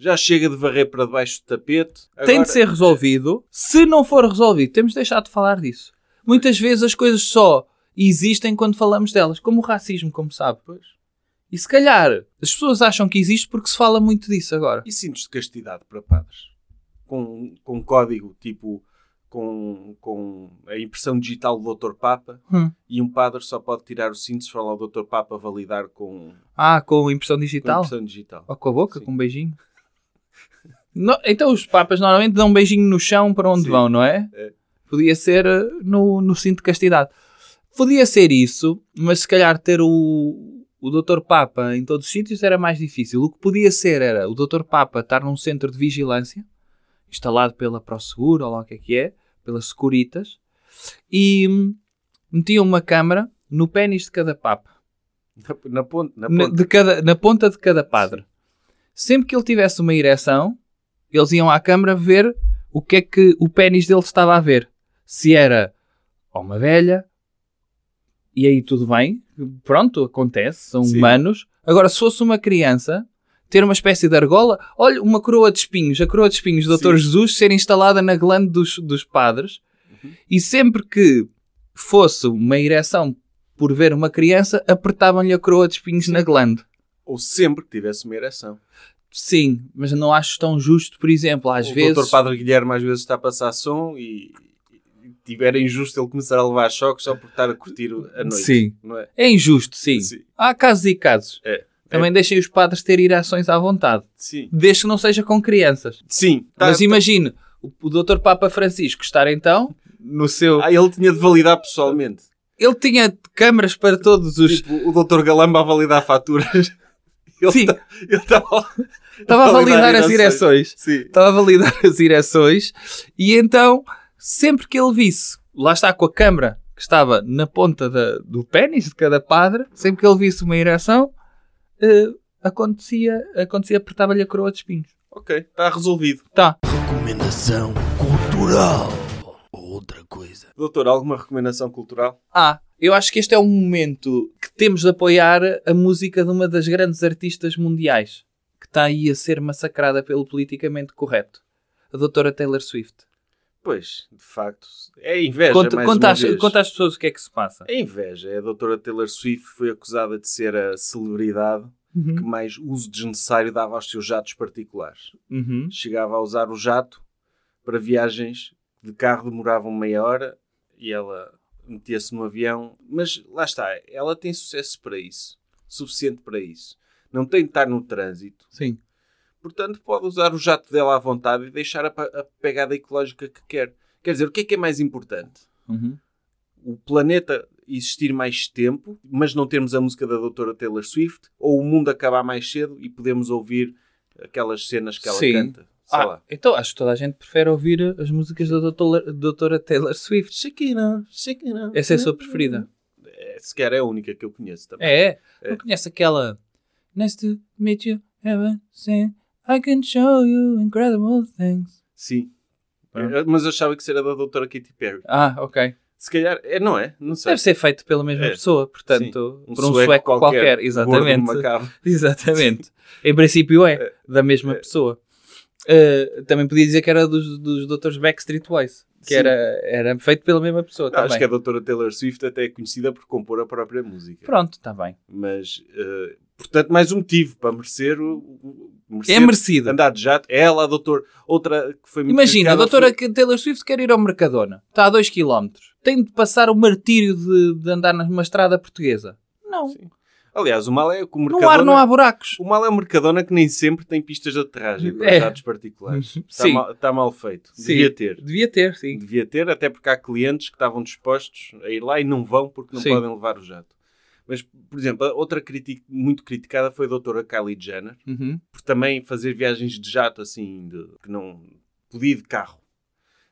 Speaker 2: Já chega de varrer para debaixo do tapete.
Speaker 3: tem
Speaker 2: agora- eh,
Speaker 3: de ser resolvido. Se não for resolvido, temos de deixar de falar disso. Muitas vezes as coisas só existem quando falamos delas, como o racismo, como sabe. E se calhar as pessoas acham que existe porque se fala muito disso agora.
Speaker 2: E cintos de castidade para padres? Com, com um código, tipo, com, com a impressão digital do Dr. Papa.
Speaker 3: Hum.
Speaker 2: E um padre só pode tirar o cinto se for lá o Dr. Papa validar com,
Speaker 3: Ah, com impressão
Speaker 2: com a
Speaker 3: digital?
Speaker 2: impressão digital.
Speaker 3: Ou com a boca,
Speaker 2: Sim.
Speaker 3: com um beijinho? <laughs> No- então os papas normalmente dão um beijinho no chão para onde
Speaker 2: Sim.
Speaker 3: vão, não é?
Speaker 2: É.
Speaker 3: Podia ser eh, no, no cinto de castidade. Podia ser isso, mas se calhar ter o, o Dr. Papa em todos os sítios era mais difícil. O que podia ser era o Dr. Papa estar num centro de vigilância, instalado pela ProSeguro, ou lá o que é que é, pela Securitas, e hum, metiam uma câmara no pênis de cada Papa
Speaker 2: Na, na ponte, na
Speaker 3: na,
Speaker 2: ponte.
Speaker 3: de cada, na ponta de cada padre. Sempre que ele tivesse uma ereção, eles iam à câmara ver o o que é que o pênis dele estava a ver. Se era ou uma velha, e aí tudo bem, pronto, acontece, são
Speaker 2: Sim.
Speaker 3: humanos. Agora, se fosse uma criança, ter uma espécie de argola, olha, uma coroa de espinhos, a coroa de espinhos do Dr.
Speaker 2: Sim.
Speaker 3: Jesus ser instalada na glande dos, dos padres,
Speaker 2: Uhum.
Speaker 3: e sempre que fosse uma ereção por ver uma criança, apertavam-lhe a coroa de espinhos na glande.
Speaker 2: Ou sempre que tivesse uma ereção.
Speaker 3: Sim, mas não acho tão justo, por exemplo, às
Speaker 2: o
Speaker 3: vezes.
Speaker 2: Dr. Padre Guilherme às vezes está a passar som e, e era injusto ele começar a levar choques só por estar a curtir a noite.
Speaker 3: Sim.
Speaker 2: Não é?
Speaker 3: É injusto, sim.
Speaker 2: Sim.
Speaker 3: Há casos e casos.
Speaker 2: É.
Speaker 3: Também deixem os padres ter irações à vontade,
Speaker 2: Sim.
Speaker 3: desde que não seja com crianças.
Speaker 2: Sim. Tá-
Speaker 3: Mas imagine o, o Dr. Papa Francisco estar então no seu.
Speaker 2: Ah, ele tinha de validar pessoalmente.
Speaker 3: Ele tinha câmaras para todos os.
Speaker 2: Tipo, o Dr. Galamba a validar faturas. <laughs> Ele
Speaker 3: Sim,
Speaker 2: tá- ele estava lá.
Speaker 3: estava a
Speaker 2: validar
Speaker 3: validar
Speaker 2: ereções.
Speaker 3: as direções.
Speaker 2: Sim.
Speaker 3: estava a validar as direções e então sempre que ele visse, lá está com a câmara que estava na ponta da- do pênis de cada padre, sempre que ele visse uma ereção, eh, acontecia, acontecia apertava-lhe a coroa de espinhos.
Speaker 2: Ok, está resolvido.
Speaker 3: Tá.
Speaker 1: Recomendação cultural. Outra coisa.
Speaker 2: Doutor, alguma recomendação cultural?
Speaker 3: Ah, eu acho que este é um momento que temos de apoiar a música de uma das grandes artistas mundiais que está aí a ser massacrada pelo politicamente correto. A doutora Taylor Swift.
Speaker 2: Pois, de facto, é inveja.
Speaker 3: Conta,
Speaker 2: mais
Speaker 3: conta
Speaker 2: uma
Speaker 3: às-
Speaker 2: vez.
Speaker 3: conta às pessoas o que é que se passa.
Speaker 2: É inveja. A doutora Taylor Swift foi acusada de ser a celebridade que mais uso desnecessário dava aos seus jatos particulares.
Speaker 3: Uhum.
Speaker 2: Chegava a usar o jato para viagens que de carro demoravam meia hora e ela metia-se no avião. Mas lá está, ela tem sucesso para isso. Suficiente para isso. Não tem de estar no trânsito.
Speaker 3: Sim.
Speaker 2: Portanto, pode usar o jato dela à vontade e deixar a, pa- a pegada ecológica que quer. Quer dizer, o que é que é mais importante?
Speaker 3: Uhum.
Speaker 2: O planeta existir mais tempo, mas não termos a música da doutora Taylor Swift, ou o mundo acabar mais cedo e podemos ouvir aquelas cenas que ela
Speaker 3: Sim.
Speaker 2: canta? Sei
Speaker 3: Ah,
Speaker 2: lá.
Speaker 3: então acho que toda a gente prefere ouvir as músicas da doutora, doutora Taylor Swift.
Speaker 2: Shakira, Shakira.
Speaker 3: Essa é a sua preferida.
Speaker 2: É, sequer é a única que eu conheço também.
Speaker 3: É, é.
Speaker 2: É.
Speaker 3: Não conhece aquela Nice to meet you, haven't seen I can show you incredible things.
Speaker 2: Sim.
Speaker 3: Ah.
Speaker 2: É, Mas eu achava que isso era da doutora Katy Perry.
Speaker 3: Ah, ok.
Speaker 2: Se calhar, é, não é? Não sei.
Speaker 3: Deve ser feito pela mesma
Speaker 2: É.
Speaker 3: pessoa, portanto, por um sueco, qualquer.
Speaker 2: gordo
Speaker 3: Exatamente.
Speaker 2: macabro.
Speaker 3: <laughs> Exatamente. Em princípio é, da mesma pessoa. Uh, também podia dizer que era dos, dos doutores Backstreet Boys, que
Speaker 2: Sim.
Speaker 3: era, era feito pela mesma pessoa
Speaker 2: Não,
Speaker 3: também.
Speaker 2: acho que é a doutora Taylor Swift até é conhecida por compor a própria música.
Speaker 3: Pronto, está bem.
Speaker 2: Mas, eh, portanto, mais um motivo para merecer o... o- merecer
Speaker 3: É merecido.
Speaker 2: Andar de jato. Ela, a doutora... Outra que foi muito
Speaker 3: Imagina, a
Speaker 2: criticada
Speaker 3: doutora
Speaker 2: foi-
Speaker 3: que Taylor Swift quer ir ao Mercadona. Está a 2km. Tem de passar o martírio de, de andar numa estrada portuguesa. Não.
Speaker 2: Sim. Aliás, o mal é que o Mercadona...
Speaker 3: No ar não há buracos.
Speaker 2: O mal é o Mercadona que nem sempre tem pistas de aterragem para
Speaker 3: É.
Speaker 2: jatos particulares. Está
Speaker 3: Sim.
Speaker 2: mal, está mal feito.
Speaker 3: Sim.
Speaker 2: Devia ter.
Speaker 3: Devia ter, sim.
Speaker 2: Devia ter, até porque há clientes que estavam dispostos a ir lá e não vão porque não
Speaker 3: Sim.
Speaker 2: podem levar o jato. Mas, por exemplo, a outra crítica muito criticada foi a doutora Kylie Jenner.
Speaker 3: Uhum.
Speaker 2: por também fazer viagens de jato assim, de- que não podia ir de carro.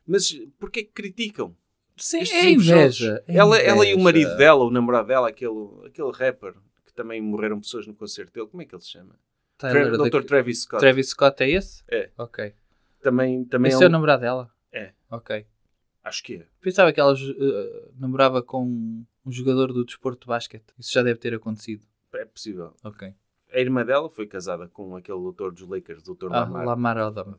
Speaker 2: Mas porquê que criticam?
Speaker 3: Sim,
Speaker 2: Estes
Speaker 3: é inveja.
Speaker 2: invejosos?
Speaker 3: é
Speaker 2: ela, ela e o
Speaker 3: inveja.
Speaker 2: marido dela, o namorado dela, aquele, aquele rapper que também morreram pessoas no concerto dele, como é que ele se chama?
Speaker 3: Taylor
Speaker 2: Tra-
Speaker 3: da-
Speaker 2: Dr. Travis Scott.
Speaker 3: Travis Scott é esse?
Speaker 2: É.
Speaker 3: Ok.
Speaker 2: Também, também
Speaker 3: Esse
Speaker 2: é
Speaker 3: é
Speaker 2: um-
Speaker 3: o namorado dela?
Speaker 2: É.
Speaker 3: Ok.
Speaker 2: Acho que é.
Speaker 3: Pensava que ela eh, namorava com um jogador do desporto de basquete. Isso já deve ter acontecido.
Speaker 2: É possível.
Speaker 3: Ok.
Speaker 2: A irmã dela foi casada com aquele doutor dos Lakers, doutor
Speaker 3: Ah,
Speaker 2: Lamar.
Speaker 3: Lamar Odom.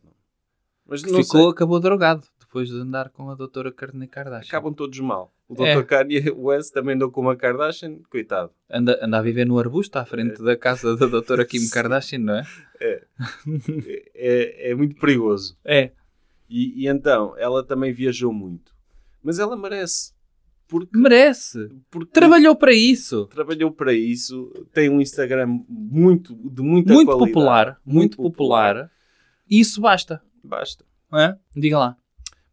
Speaker 2: Mas
Speaker 3: Que
Speaker 2: não
Speaker 3: ficou,
Speaker 2: sei,
Speaker 3: acabou drogado depois de andar com a doutora Kourtney Kardashian.
Speaker 2: acabam todos mal. O
Speaker 3: É.
Speaker 2: doutor Kanye West também andou com uma Kardashian, coitado.
Speaker 3: Anda, anda a viver no arbusto à frente da casa da doutora
Speaker 2: <laughs>
Speaker 3: Kim Kardashian, não é?
Speaker 2: É- é muito perigoso.
Speaker 3: É.
Speaker 2: E, e então, ela também viajou muito. Mas ela merece. Porque,
Speaker 3: Merece.
Speaker 2: porque
Speaker 3: Trabalhou para isso.
Speaker 2: trabalhou para isso, tem um Instagram muito, de muita
Speaker 3: Muito
Speaker 2: qualidade.
Speaker 3: popular. Muito
Speaker 2: Muito popular.
Speaker 3: popular. E isso basta.
Speaker 2: Basta.
Speaker 3: Não é? Diga lá.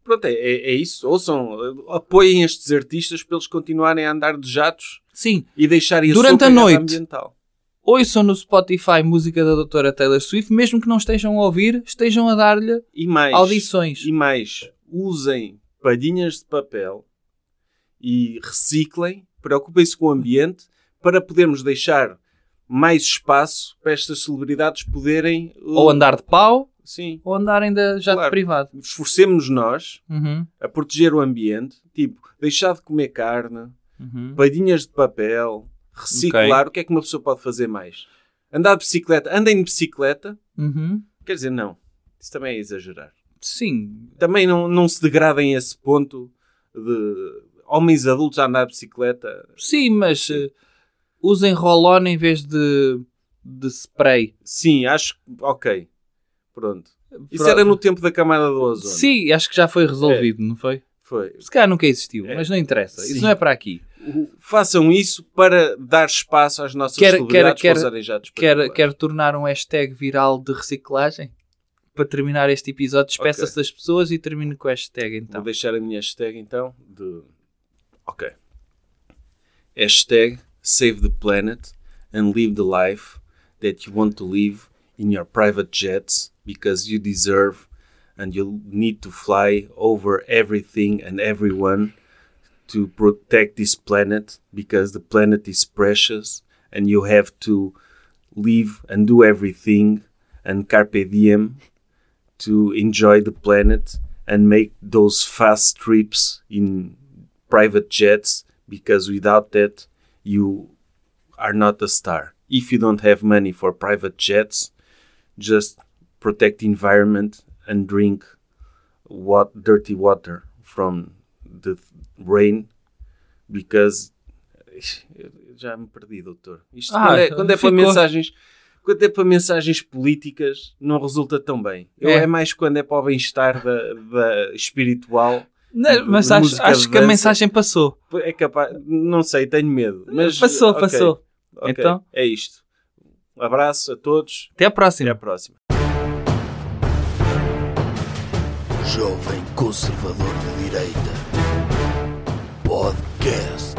Speaker 2: Pronto, é, é- é isso. Ouçam, apoiem estes artistas para eles continuarem a andar de jatos
Speaker 3: Sim.
Speaker 2: e deixarem a
Speaker 3: Durante
Speaker 2: sua
Speaker 3: a
Speaker 2: pegada
Speaker 3: noite.
Speaker 2: ambiental.
Speaker 3: Ouçam no Spotify música da doutora Taylor Swift, mesmo que não estejam a ouvir, estejam a dar-lhe
Speaker 2: E mais,
Speaker 3: audições.
Speaker 2: e mais, usem palhinhas de papel e reciclem, preocupem-se com o ambiente para podermos deixar mais espaço para estas celebridades poderem uh,
Speaker 3: Ou andar de pau,
Speaker 2: Sim.
Speaker 3: ou andar ainda já de
Speaker 2: Claro.
Speaker 3: privado.
Speaker 2: Esforcemos-nos nós
Speaker 3: Uhum,
Speaker 2: a proteger o ambiente, tipo, deixar de comer carne,
Speaker 3: uhum.
Speaker 2: padinhas de papel, reciclar. O que é que uma pessoa pode fazer mais? Andar de bicicleta. Andem de bicicleta.
Speaker 3: Uhum.
Speaker 2: Quer dizer, não. Isso também é exagerar.
Speaker 3: Sim,
Speaker 2: Também não, não se degradem a esse ponto de homens adultos a andar de bicicleta.
Speaker 3: sim, mas eh, usem roll-on em vez de, de spray.
Speaker 2: Sim, acho que. Ok. Pronto. Isso é era no tempo da camada do ozono.
Speaker 3: Sim, acho que já foi resolvido, não foi?
Speaker 2: Foi.
Speaker 3: Se calhar nunca existiu,
Speaker 2: É.
Speaker 3: mas não interessa.
Speaker 2: Sim.
Speaker 3: Isso não é para aqui.
Speaker 2: O- Façam isso para dar espaço às nossas
Speaker 3: Quer-
Speaker 2: celebridades
Speaker 3: quer-
Speaker 2: para usarem jatos
Speaker 3: Quer,
Speaker 2: particulares.
Speaker 3: quer tornar um hashtag viral de reciclagem? Para terminar este episódio, despeça-se das pessoas e termine com o hashtag
Speaker 2: Vou
Speaker 3: então.
Speaker 2: deixar a minha hashtag então de. Ok. Hashtag save the planet and live the life that you want to live in your private jets because you deserve and you need to fly over everything and everyone to protect this planet because the planet is precious and you have to live and do everything and carpe diem to enjoy the planet and make those fast trips in private jets because without that you are not a star if you don't have money for private jets just protect the environment and drink what dirty water from the rain because <laughs> já me perdi doutor isto
Speaker 3: Ah,
Speaker 2: quando é, quando é para
Speaker 3: ficou.
Speaker 2: mensagens quando é para mensagens políticas, não resulta tão bem. Eu
Speaker 3: É.
Speaker 2: é, mais quando é para o bem-estar da, da espiritual.
Speaker 3: Não, mas
Speaker 2: de
Speaker 3: acho,
Speaker 2: música,
Speaker 3: acho
Speaker 2: de
Speaker 3: que a
Speaker 2: dança.
Speaker 3: mensagem passou.
Speaker 2: É capaz. Não sei, tenho medo. Mas,
Speaker 3: passou,
Speaker 2: ok,
Speaker 3: passou.
Speaker 2: ok,
Speaker 3: Então?
Speaker 2: É isto. Um abraço a todos.
Speaker 3: Até à próxima.
Speaker 2: Até à próxima.
Speaker 1: Jovem Conservador de Direita. Podcast.